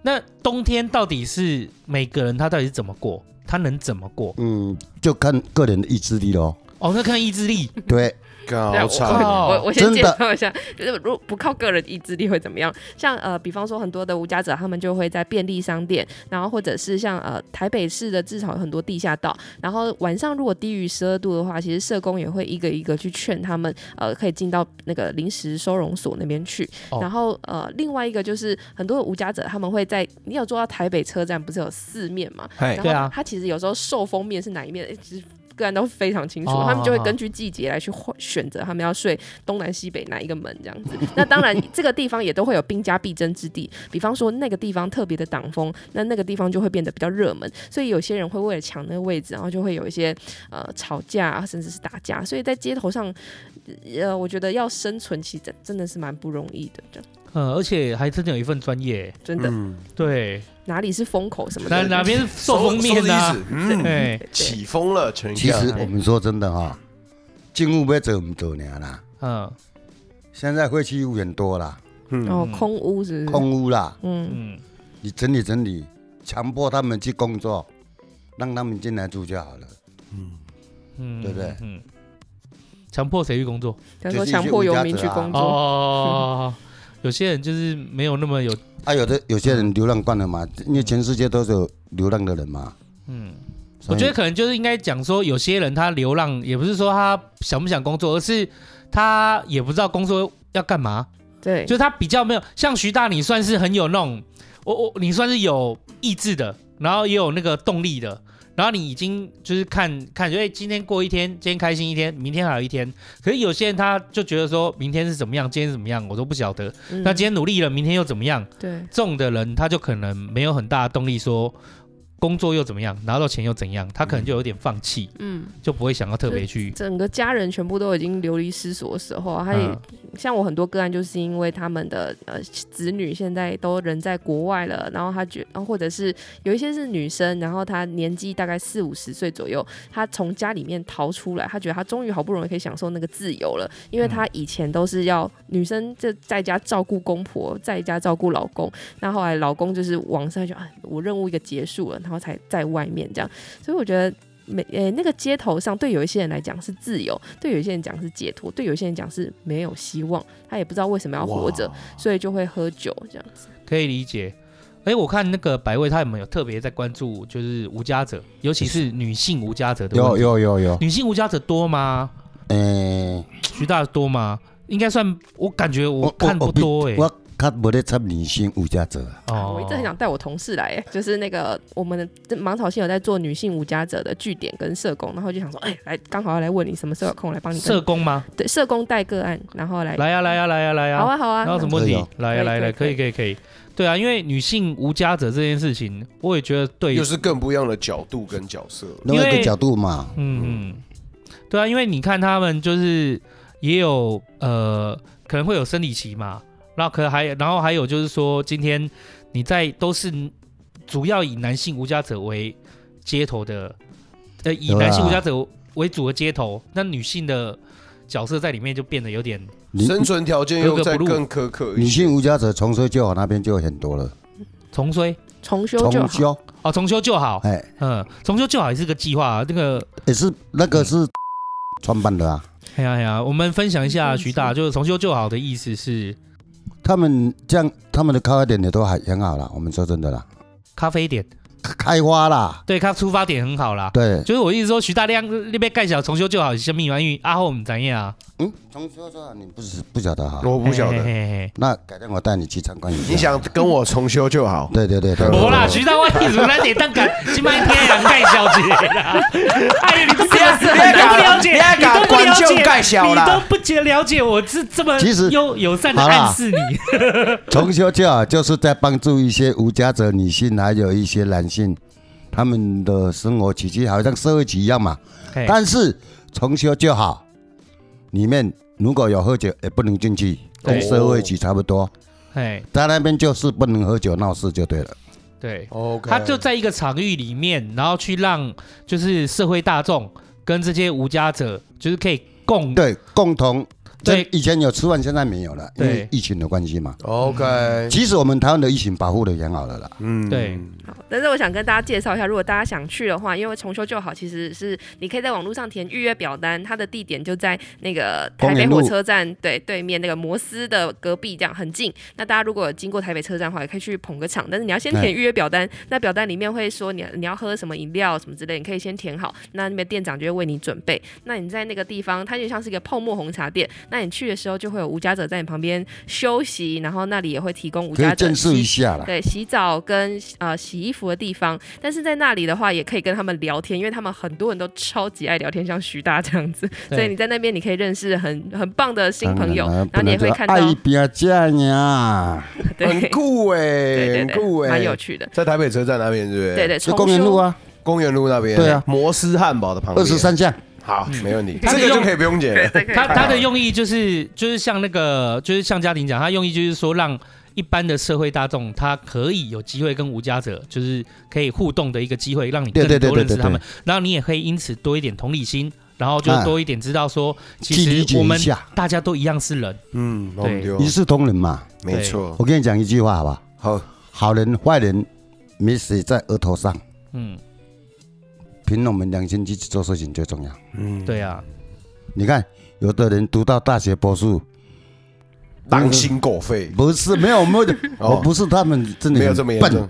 那冬天到底是每个人他到底是怎么过？他能怎么过？嗯，就看个人的意志力喽。哦，那看意志力， 对，对啊高我超，哦我我 先真介的绍一下， 就是如果不靠个人意志力会怎么样？像呃，比方说很多的无家者，他们就会在便利商店，然后或者是像呃台北市的至少有很多地下道，然后晚上如果低于十二度的话，其实社工也会一个一个去劝他们，呃，可以进到那个临时收容所那边去。哦然后呃，另外一个就是很多的无家者，他们会在你有坐到台北车站，不是有四面嘛？哎然对后啊它其实有时候受封面是哪一面，诶其实个人都非常清楚，哦他们就会哦哦根据季节来去换选择他们要睡东南西北哪一个门这 样子。那当然，这个地方也都会有兵家必争之地，比方说那个地方特别的挡风，那那个地方就会变得比较热门，所以有些人会为了抢那个位置，然后就会有一些呃吵架啊，甚至是打架。所以在街头上，呃，我觉得要生存，其实真真的是蛮不容易的，这样嗯，而且还真的有一份专业，真的、对，哪里是风口什么哪的，哪边受收封面收的啊意思？嗯，哎，起风了，陈其实哥我们说真的哦哈、政府要做唔做呢啦。嗯现在废弃物很多啦，然后哦空屋是不是？空屋啦，嗯。嗯，你整理整理，强迫他们去工作，让他们进来住就好了。嗯，对不对嗯，强迫谁去工作？他说强迫游民去工作，哦，有些人就是没有那么有，啊，有的有些人流浪惯了嘛，因为全世界都是有流浪的人嘛。嗯，所我以觉得可能就是应该讲说，有些人他流浪，也不是说他想不想工作，而是他也不知道工作要干嘛，对，就是他比较没有像徐大，你算是很有那种，我我你算是有意志的，然后也有那个动力的，然后你已经就是看看，哎，今天过一天，今天开心一天，明天还有一天。可是有些人他就觉得说明天是怎么样，今天是怎么样，我都不晓得。嗯那今天努力了，明天又怎么样？对这种的人，他就可能没有很大的动力说。工作又怎么样，拿到钱又怎样，他可能就有点放弃，嗯，就不会想要特别去。整个家人全部都已经流离失所的时候啊，他也嗯像我很多个案，就是因为他们的呃子女现在都人在国外了，然后他觉，呃或者是有一些是女生，然后她年纪大概四五十岁左右，她从家里面逃出来，她觉得她终于好不容易可以享受那个自由了，因为她以前都是要女生就在家照顾公婆，在家照顾老公，那后来老公就是往上就啊，我任务一个结束了，然后才在外面这样，所以我觉得每呃、那个街头上，对有一些人来讲是自由，对有一些人讲是解脱，对有一些人讲是没有希望，他也不知道为什么要啊活着哇，所以就会喝酒这样子。可以理解。哎，我看那个百位他有没有特别在关注，就是无家者，尤其是女性无家者的问有题有嗯有有，女性无家者多吗？诶，徐大多吗？应该算，我感觉我我看不我比多哎、我较无咧插女性有价值啊。啊我一直很想带我同事来，欸就是那个我们的芒草线有在做女性无家者的据点跟社工，然后就想说，哎、来刚好要来问你什么时候有空来帮你跟社工吗？对社工带个案，然后来来呀、来呀、来呀、来呀、好啊好啊，然后什么问可以题哦？来呀、可以来来，可可以以可以可以。对啊，因为女性无家者这件事情，我也觉得对又，是更不一样的角度跟角色了。另外因一为个角度嘛，嗯，对啊，因为你看他们就是也有呃，可能会有生理期嘛，那可能还然后还有就是说，今天你在都是主要以男性无家者为街头的，呃，以对啊男性无家者为主的街头，那女性的角色在里面就变得有点女生存条件又再更苛刻一女些。性无价值从事就好那边就很多了，重衰重修就重好。修，哦，重修就好，哎，嗯，重修就好也是个计划、啊，这个也是那个嗯是创办的啊。哎呀哎呀，我们分享一下嗯徐大，是就是重修就好的意思是他们这样，他们的开发点也都还很好啦。我们说真的啦，咖啡点，开花啦，对，他出发点很好啦，对，就是我意思说，徐大亮那边盖小重修就好，什么嘛？因为阿后我们怎样啊？嗯，重修就好，你不是不晓得哈。我不晓嘿得，嘿嘿那改天我带你去参观一下。你想跟我重修就好。对？对对对嘿对。无 啦，对徐大我你如咱得当干，今摆天然盖小姐啦。哎呀，你不了解，你都不了解，你都不了解，你都不觉了解我是这么其实友友善的暗示你。重修就好，就是在帮助一些无家者女性，还有一些男性，他们的生活起居好像社会局一样嘛。嘿但是重修就好，里面如果有喝酒也不能进去，对跟社会局差不多，哎，在那边就是不能喝酒闹事就对了。对， OK，他就在一个场域里面，然后去让就是社会大众跟这些无家者，就是可以共对，共同。对这以前有吃饭，现在没有了，因为对疫情的关系嘛。 OK，其实我们台湾的疫情保护的很好了啦。嗯，对但是我想跟大家介绍一下，如果大家想去的话，因为重修就好，其实是你可以在网络上填预约表单，它的地点就在那个台公北园火路车站对对面那个摩斯的隔壁，这样很近。那大家如果有经过台北车站的话，也可以去捧个场，但是你要先哎填预约表单，那表单里面会说你你要喝什么饮料什么之类，你可以先填好，那那边店长就会为你准备。那你在那个地方，它就像是一个泡沫红茶店，那你去的时候就会有无家者在你旁边休息，然后那里也会提供无可家以者见识一洗下啦。对，洗澡跟呃洗衣服的地方，但是在那里的话，也可以跟他们聊天，因为他们很多人都超级爱聊天，像徐大这样子，对所以你在那边你可以认识很很棒的新朋友，当然然后不你也能会说看到爱别嫁呀，对很酷对哎，对很酷对，蛮有哎，趣的，在台北车站那边，对不对对？对，是重公园修路啊，哦公园路那边，对啊摩斯汉堡的旁边，二十，三巷。好，没问题，他这是个就用可以不用解对了。对，可以他看他到的用意就是就是像那个就是像家庭讲，他用意就是说让一般的社会大众，他可以有机会跟无家者，就是可以互动的一个机会，让你更对对对多认识对对他们，然后你也可以因此多一点同理心，然后就啊多一点知道说，去其理实解我们一下大家都一样是人，嗯，对弄丢一视同仁嘛。没错。我跟你讲一句话好不好？好，好人坏人没写在额头上，嗯，凭我们良心去做事情最重要。嗯，对啊，你看，有的人读到大学博士，狼心狗肺，不是没有没有，哦我不是他们真的没有很这么严重笨，。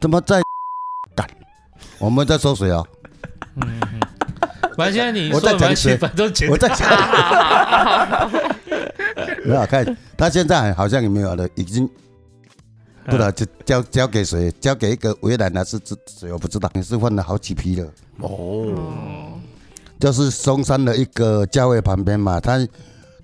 怎么在干？我们在说谁 哦？嗯，嗯反正现在你我说在的讲蛮谁反正觉我得在想，没有看他现在好像也没有了，已经不知道就交交给谁，交给一个围栏还是这谁我不知道，也是换了好几批了。哦，就是松山的一个教会旁边嘛，他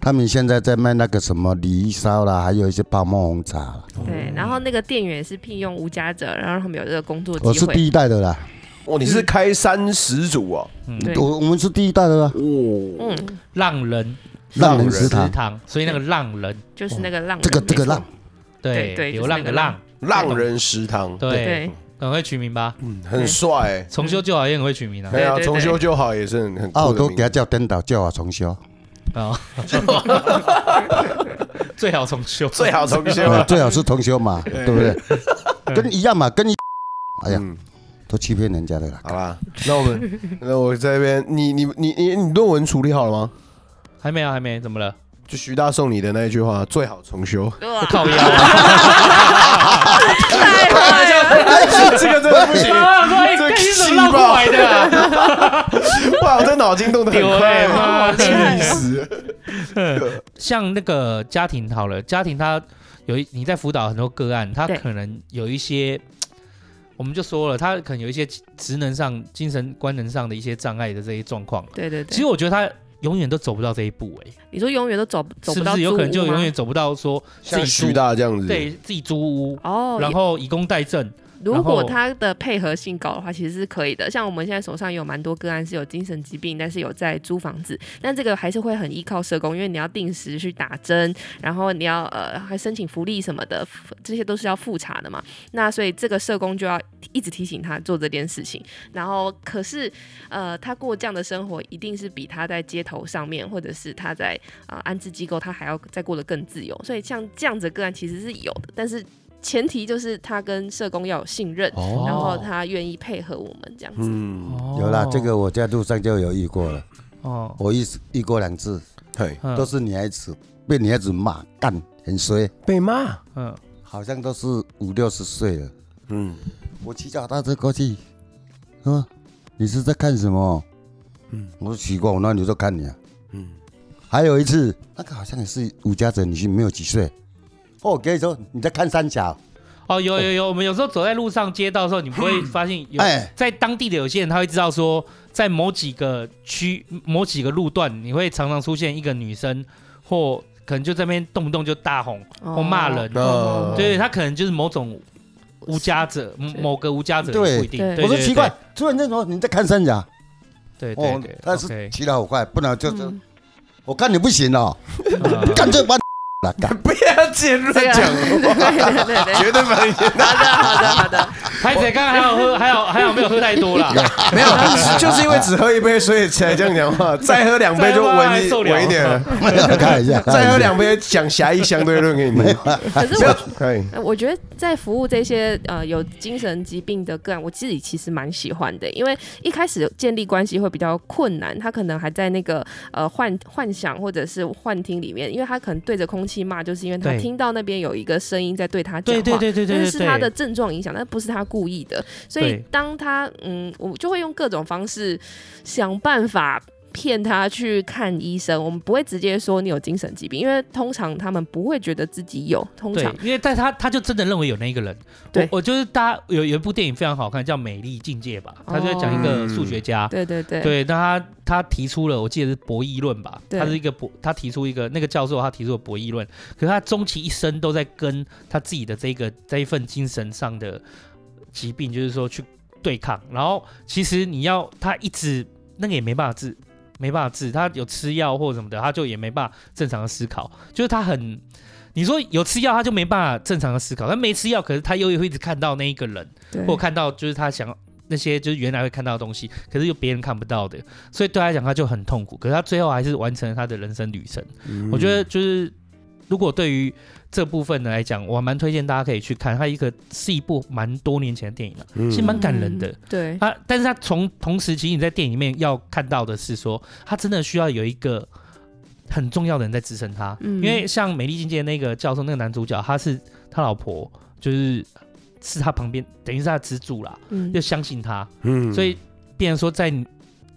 他们现在在卖那个什么梨烧啦，还有一些泡沫红茶啦。对，然后那个店员也是聘用无家者，然后让他们有这个工作我机是会，第一代的啦，哦，你是开三十组哦，对我我们是第一代的啦。哦，嗯，让人浪人食食堂，堂，所以那个浪人，就是那个浪人，这个这个浪没错，对对对流浪的浪，浪人食堂，对对，很会取名吧？嗯，很帅重修旧好也很会取名啊哎，。对啊，对对重修就好也是很很啊，酷我的都名字给他叫颠倒，叫我重修，啊哦， 最好重修， 最好重修啊 啊，最好是重修嘛，对不对？跟一样嘛，跟你，哎呀，嗯，都欺骗人家的啦。好 啦，那我们那我在这边，你你你你你论文处理好了吗？还没有，啊还没，怎么了？就徐大送你的那一句话，最好重 修。对啊靠腰啊！太坏了，哎这个真的不行，啊这这个你怎气么绕过爆来的啊？ 哇，我这脑筋动得很丢快嘞，，妈的气死！ 像那个家庭好了，家庭他有一你在辅导很多个案，他对可能有一些，我们就说了，他可能有一些职能上、精神官能上的一些障碍的这些状况。对对其实对，我觉得他永远都走不到这一步、欸，你说永远都走走是不不到是租屋吗，有可能就永远走不到说自像己徐租大这样子，对自己租屋，哦，然后以工代政，如然后果他的配合性高的话，其实是可以的。像我们现在手上有蛮多个案是有精神疾病，但是有在租房子，但这个还是会很依靠社工，因为你要定时去打针，然后你要呃还申请福利什么的，这些都是要复查的嘛。那所以这个社工就要一直提醒他做这件事情。然后可是呃，他过这样的生活，一定是比他在街头上面或者是他在啊、呃安置机构，他还要再过得更自由。所以像这样子的个案其实是有的，但是前提就是他跟社工要有信任，哦然后他愿意配合我们这样子。嗯，哦有啦，这个我在路上就有遇过了，哦，我遇遇过两次，嘿，嗯都是女孩子被女孩子骂，干很衰，被骂，嗯，好像都是五六十岁了。嗯我骑脚踏车过去，说你是在看什么？嗯嗯，我说奇怪，我哪里在看你啊？嗯，还有一次，那个好像也是吴家泽女婿，没有几岁。哦，我跟你说，你在看三峡，哦，有有有，我们有时候走在路上、街道的时候，你不会发现有哎在当地的有些人，他会知道说，在某几个区、某几个路段，你会常常出现一个女生，或可能就在那边动不动就大吼哦或骂人，哦对，他可能就是某种无家者，某某个无家者对也不一定。对对我说奇怪，，突然间说你在看三峡，对对哦对对，，但 OK 是骑得好快，不然就是嗯我看你不行哦，嗯干脆把你了干。不要介入这个对对对，绝对反应好的好的好的，拍谁？刚才还有喝，还有还有没有喝太 多啦？ 没有，就是因为只喝一杯，所以才这样讲话。 再喝两杯就 稳一受不了稳一点了，没有开玩笑， 再喝开玩笑两杯讲狭义相对论给你听。可是不我要嗯嘿，呃我觉得在服务这些呃有精神疾病的个案，我自己其实蛮喜欢的，因为一开始建立关系会比较困难，他可能还在那个呃幻幻想或者是幻听里面，因为他可能对着空气骂，就是因为他对听到那边有一个声音在对他讲对话，对对对对但对，是他的症状影响，但不是他故意的。所以对当他嗯，我就会用各种方式想办法。骗他去看医生，我们不会直接说你有精神疾病，因为通常他们不会觉得自己有，通对常，因为但他他就真的认为有那一个人。对我我就是大家有有一部电影非常好看，叫《美丽境界》吧，他就在讲一个数学家。对对对，对，那他他提出了，我记得是博弈论吧，对他是一个博，他提出一个那个教授他提出了博弈论，可是他终其一生都在跟他自己的这个这一份精神上的疾病，就是说去对抗。然后其实你要他一直那个也没办法治，没办法治，他有吃药或什么的，他就也没办法正常的思考，就是他很。你说有吃药，他就没办法正常的思考；他没吃药，可是他又会一直看到那一个人，对或看到就是他想那些就是原来会看到的东西，可是又别人看不到的，所以对他来讲他就很痛苦。可是他最后还是完成了他的人生旅程。嗯我觉得就是如果对于这部分的来讲，我还蛮推荐大家可以去看，它一个是一部蛮多年前的电影了、嗯其实蛮感人的。嗯对，啊，但是他从同时，其实你在电影里面要看到的是说，他真的需要有一个很重要的人在支撑他，嗯因为像《美丽境界》那个教授，那个男主角，他是他老婆，就是是他旁边，等于是他的支柱啦，嗯就相信他，嗯所以变成说在你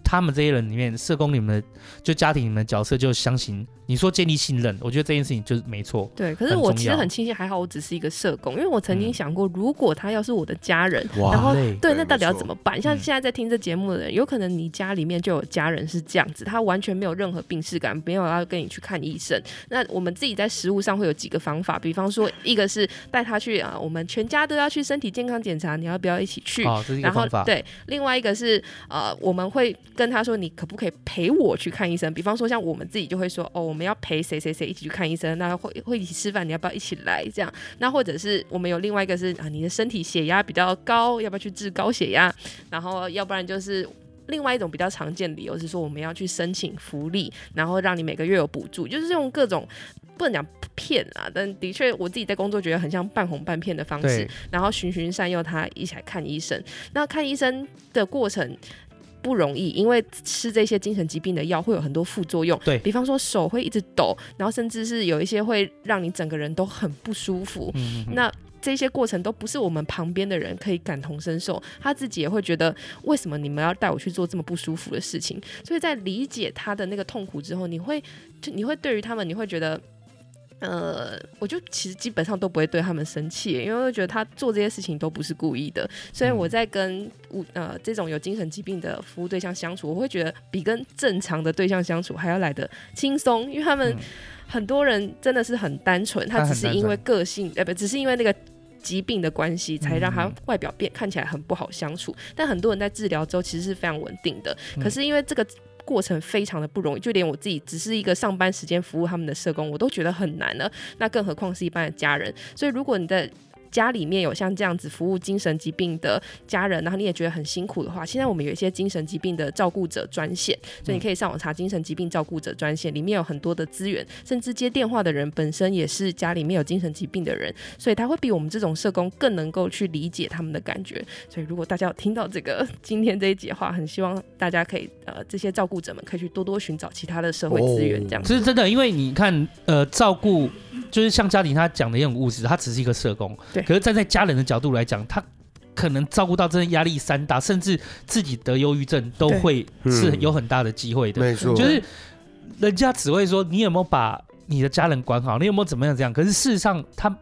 他们这些人里面，社工你们的就家庭你们的角色就相信，你说建立信任，我觉得这件事情就是没错，对，可是很我重其实要很庆幸，还好我只是一个社工，因为我曾嗯经想过，如果他要是我的家人，哇然后累对，对那没到底要错怎么办？像嗯现在在听这节目的人，有可能你家里面就有家人是这样子，他完全没有任何病视感，没有要跟你去看医生。那我们自己在食物上会有几个方法，比方说，一个是带他去啊、我们全家都要去身体健康检查，你要不要一起去？哦，这是一个然后方法，对，另外一个是呃，我们会跟他说，你可不可以陪我去看医生？比方说，像我们自己就会说，哦，我们要陪谁谁谁一起去看医生，那会会一起吃饭，你要不要一起来？这样，那或者是我们有另外一个是啊，你的身体血压比较高，要不要去治高血压？然后要不然就是。另外一种比较常见的理由是说，我们要去申请福利，然后让你每个月有补助，就是用各种不能讲骗啊，但的确我自己在工作觉得很像半哄半骗的方式对，，然后循循善诱他一起来看医生。那看医生的过程不容易，因为吃这些精神疾病的药会有很多副作用，对比方说手会一直抖，然后甚至是有一些会让你整个人都很不舒服。嗯，嗯嗯那这些过程都不是我们旁边的人可以感同身受，他自己也会觉得为什么你们要带我去做这么不舒服的事情？所以在理解他的那个痛苦之后，你会就你会对于他们，你会觉得。呃，我就其实基本上都不会对他们生气，因为我觉得他做这些事情都不是故意的。所以嗯我在跟我呃这种有精神疾病的服务对象相处，我会觉得比跟正常的对象相处还要来得轻松，因为他们嗯很多人真的是很单纯，他他只很是单因为纯个性，呃，不，只是因为那个疾病的关系，才让他嗯外表变看起来很不好相处。但很多人在治疗之后其实是非常稳定的，嗯可是因为这个。过程非常的不容易，就连我自己只是一个上班时间服务他们的社工，我都觉得很难了。那更何况是一般的家人。所以如果你在家里面有像这样子服务精神疾病的家人，然后你也觉得很辛苦的话，现在我们有一些精神疾病的照顾者专线，所以你可以上网查精神疾病照顾者专线，里面有很多的资源，甚至接电话的人本身也是家里面有精神疾病的人，所以他会比我们这种社工更能够去理解他们的感觉。所以如果大家有听到这个今天这一集的话，很希望大家可以呃这些照顾者们可以去多多寻找其他的社会资源，这样子。是真的，因为你看，呃，照顾就是像家庭他讲的也很务实，他只是一个社工，对可是站在家人的角度来讲，他可能照顾到真的压力山大，甚至自己得忧郁症都对会是嗯有很大的机会的。没错，就是人家只会说你有没有把你的家人管好，你有没有怎么样怎样。可是事实上，他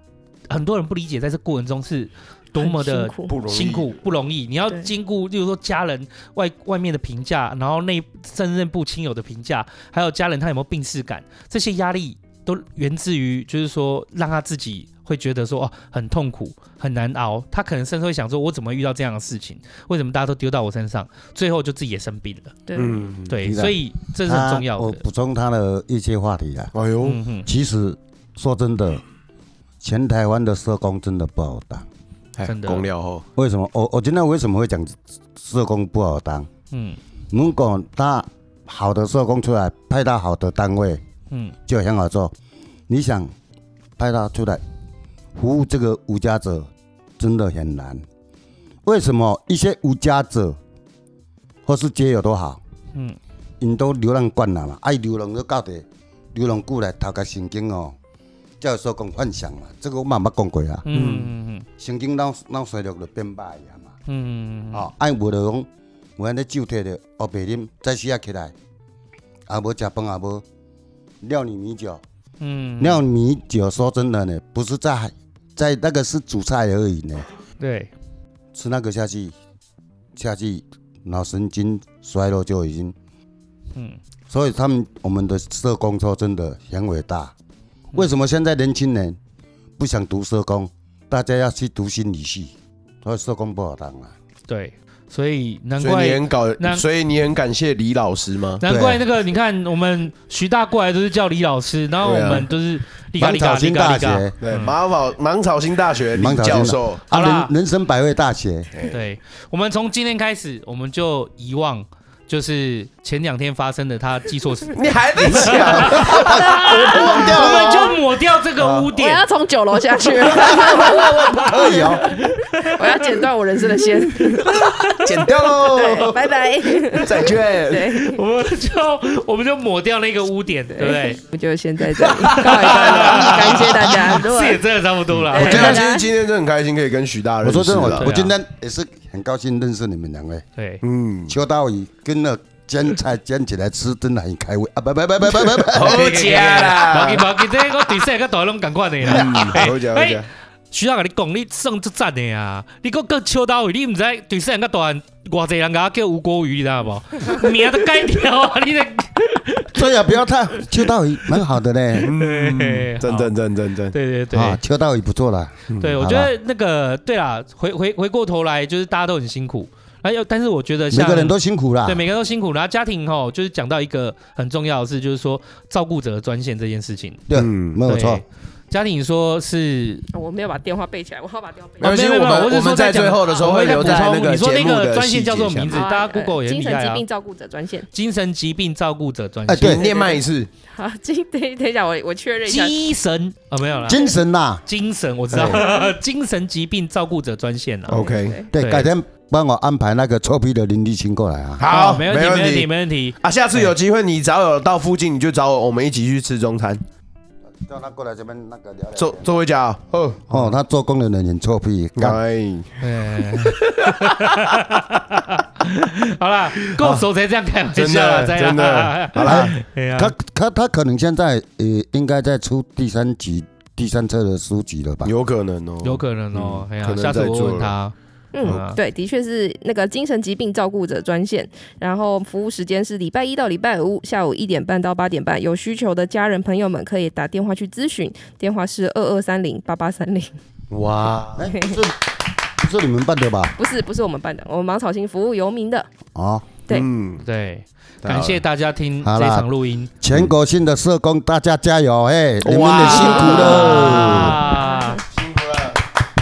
很多人不理解，在这过程中是多么很辛的苦不容易，辛苦不容易，你要对经过，例如说家人外外面的评价，然后内胜任部亲友的评价，还有家人他有没有病逝感，这些压力都源自于就是说让他自己会觉得说哦很痛苦很难熬，他可能甚至会想说我怎么会遇到这样的事情，为什么大家都丢到我身上，最后就自己也生病了，对，嗯，对，是的所以这是很重要啊我的。补充他的一些话题啊，哎呦，嗯哼，其实说真的，全台湾的社工真的不好当。哎真的公料后，为什么？我我今天为什么会讲社工不好当？嗯如果他好的社工出来，派到好的单位嗯就很好做。你想派他出来服务这个无家者，真的很难。为什么一些无家者或是街友都好，嗯，因都流浪惯了嘛，爱流浪到到底，流浪久来头壳神经哦，才有所讲幻想嘛。这个我嘛捌讲过啊嗯，嗯神经脑脑衰弱就变歹啊嘛。嗯嗯，哦，爱无就讲，有安尼酒摕着，哦白啉，早时啊起来，啊无食饭啊无，料理米酒，嗯，料理米酒说真的呢，不是在在那个是煮菜而已呢，对，吃那个下去，下去脑神经衰弱就已经，嗯所以他们我们的社工说真的很伟大，为什么现在年轻人不想读社工，大家要去读心理系，所以社工不好当啊。对，所以难所以怪你很搞，难所以你很感谢李老师吗？难怪那个，你看我们徐大过来都是叫李老师，然后我们都是李嘎芒李草嘎心李大嘎李嘎学。对，芒草芒草新大学芒李草新大教授，好啦啊，人人生百味大学，对，我们从今天开始，我们就遗忘，就是前两天发生的他记错事，你还在讲，我忘掉我了们吗，就抹掉这个污我点要。从九楼下 去，可以哦，我要剪断我人生的线。剪掉对，喽，拜 拜。再见。对。我们就我们就抹掉那个污点，对不对？我就先在这里告一段 落，感谢大家。如果是也真的差不多了。对我觉大得家其实啊今天真的很开心，可以跟徐大认我识说真的，啦我我对啊今天也是很高兴认识你们两位，对，嗯，邱道宇跟那煎菜煎起来吃，真的很开胃啊！拜拜拜拜拜拜 拜。好假无要啦，紧无紧，这个底下个大拢感觉的啦。好假好哎假，徐大甲你讲，你算足赞的啊！你搁搁笑到位，你毋知对世人较大，偌济人甲我叫吴国瑜，你知道无？ 名都改掉啊！你咧对呀，不要 太邱道宇蛮好 的嘞，嗯真真真真真， 对对对、啊，邱道宇不错啦。对，我好觉吧得那个对啦，回回回过头来，就是大家都很辛苦。还有，但是我觉得每像个人都辛苦啦啊对，每个人都辛苦。然后家庭吼，就是讲到一个很重要的事，就是说照顾者的专线这件事情。对，嗯没有错对。家庭说是啊哦我没有把电话背起来，我要把电话背起没关来。系，没有我没有我们是我们说在在讲最后的时候我会在留补在那充你说节那目个的专线细叫做节下名字面大家 Google 也呃精厉神害疾啊病照顾者专线。精神疾病照顾者专哎线。对你念慢一次，好，今等一等一下，我我确认一下。精神啊、没有啦，精神呐，精神我知道， 精神疾病照顾者专线啊啦。哎哦 OK 对对，对改天帮我安排那个臭屁的林立清过来啊。好，哦没问题，问没问题，题没问题。啊！下哎次有机会，你只要有到附近，你就找我，我们一起去吃中餐。叫他过来这边那个聊聊周周伟甲，哦，哦，他做工的人很臭屁，干哎，哎 好啦，够熟才这样开玩真笑啦，的再哎哦真的，好啦， 哎呀他他他可能现在呃应该在出第三集、第三册的书籍了吧？有可能哦，有可能哦，哎呀可，能下次在我做问了他。嗯嗯，对，的确是那个精神疾病照顾者专线，然后服务时间是礼拜一到礼拜五下午一点半到八点半，有需求的家人朋友们可以打电话去咨询，电话是二二三零八八三零，哇，哎，不是不是你们办的吧？不是不是我们办的，我们芒草心服务游民的，哦，对嗯，对，太好感了谢大家听好这啦场录音，全国性的社工，大家加油！哎，你们也辛苦了了。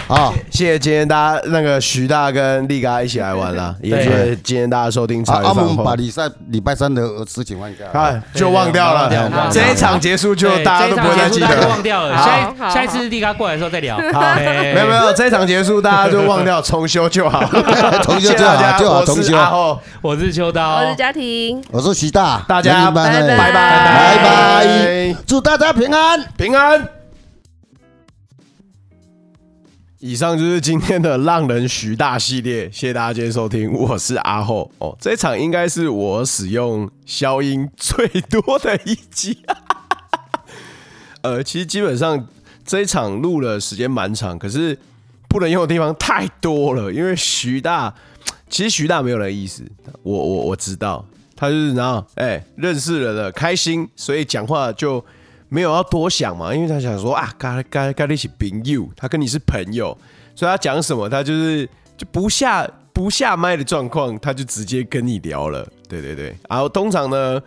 啊！谢谢今天大家那个徐大跟力哥一起来玩啦，也谢谢今天大家收听茶余啊，我饭们把后。礼拜礼拜三的事情忘掉了。啊，就忘掉对忘掉了了，这一场结束就对大家这都一不场会再结记束得大家都了忘。掉了。好下一好下一次力哥过来的时候再聊。好，哎没有没有，这一场结束大家就忘掉，重修就好， 重谢修谢就好大家哎就好我是重修阿后，我是秋刀，我是家庭，我是徐大，大家男女班哎拜拜拜拜拜，祝大家平安。平安。以上就是今天的浪人徐大系列，谢谢大家今天收听，我是阿后哦。这一场应该是我使用消音最多的一集， 呃，其实基本上这一场录了时间蛮长，可是不能用的地方太多了，因为徐大其实徐大没有人意思，我我我知道，他就是然后哎认识了的开心，所以讲话就没有要多想嘛，因为他想说啊，该该该一起朋友，他跟你是朋友，所以他讲什么他就是就不下不下麦的状况，他就直接跟你聊了，对对对，然后通常呢。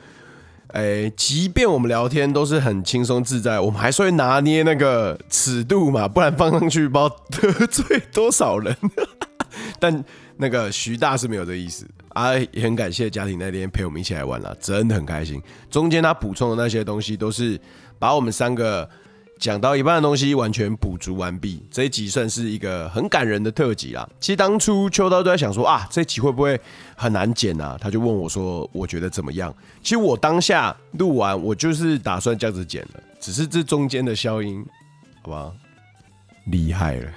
哎，即便我们聊天都是很轻松自在，我们还是会拿捏那个尺度嘛，不然放上去不知道 得罪多少人。 但那个徐大是没有这意思啊，也很感谢家庭那天陪我们一起来玩了，真的很开心。中间他补充的那些东西都是把我们三个讲到一半的东西完全补足完毕，这一集算是一个很感人的特辑啦。其实当初秋刀都在想说啊，这一集会不会很难剪啊？他就问我说，我觉得怎么样？其实我当下录完，我就是打算这样子剪的，只是这中间的消音，好吧，厉害了。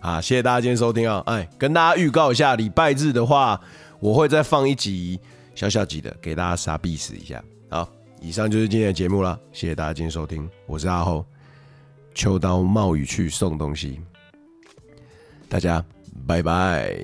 啊，谢谢大家今天收听啊！哎，跟大家预告一下，礼拜日的话，我会再放一集小小集的，给大家傻逼死一下。好，以上就是今天的节目啦，谢谢大家今天收听，我是阿后，秋刀冒雨去送东西，大家拜拜。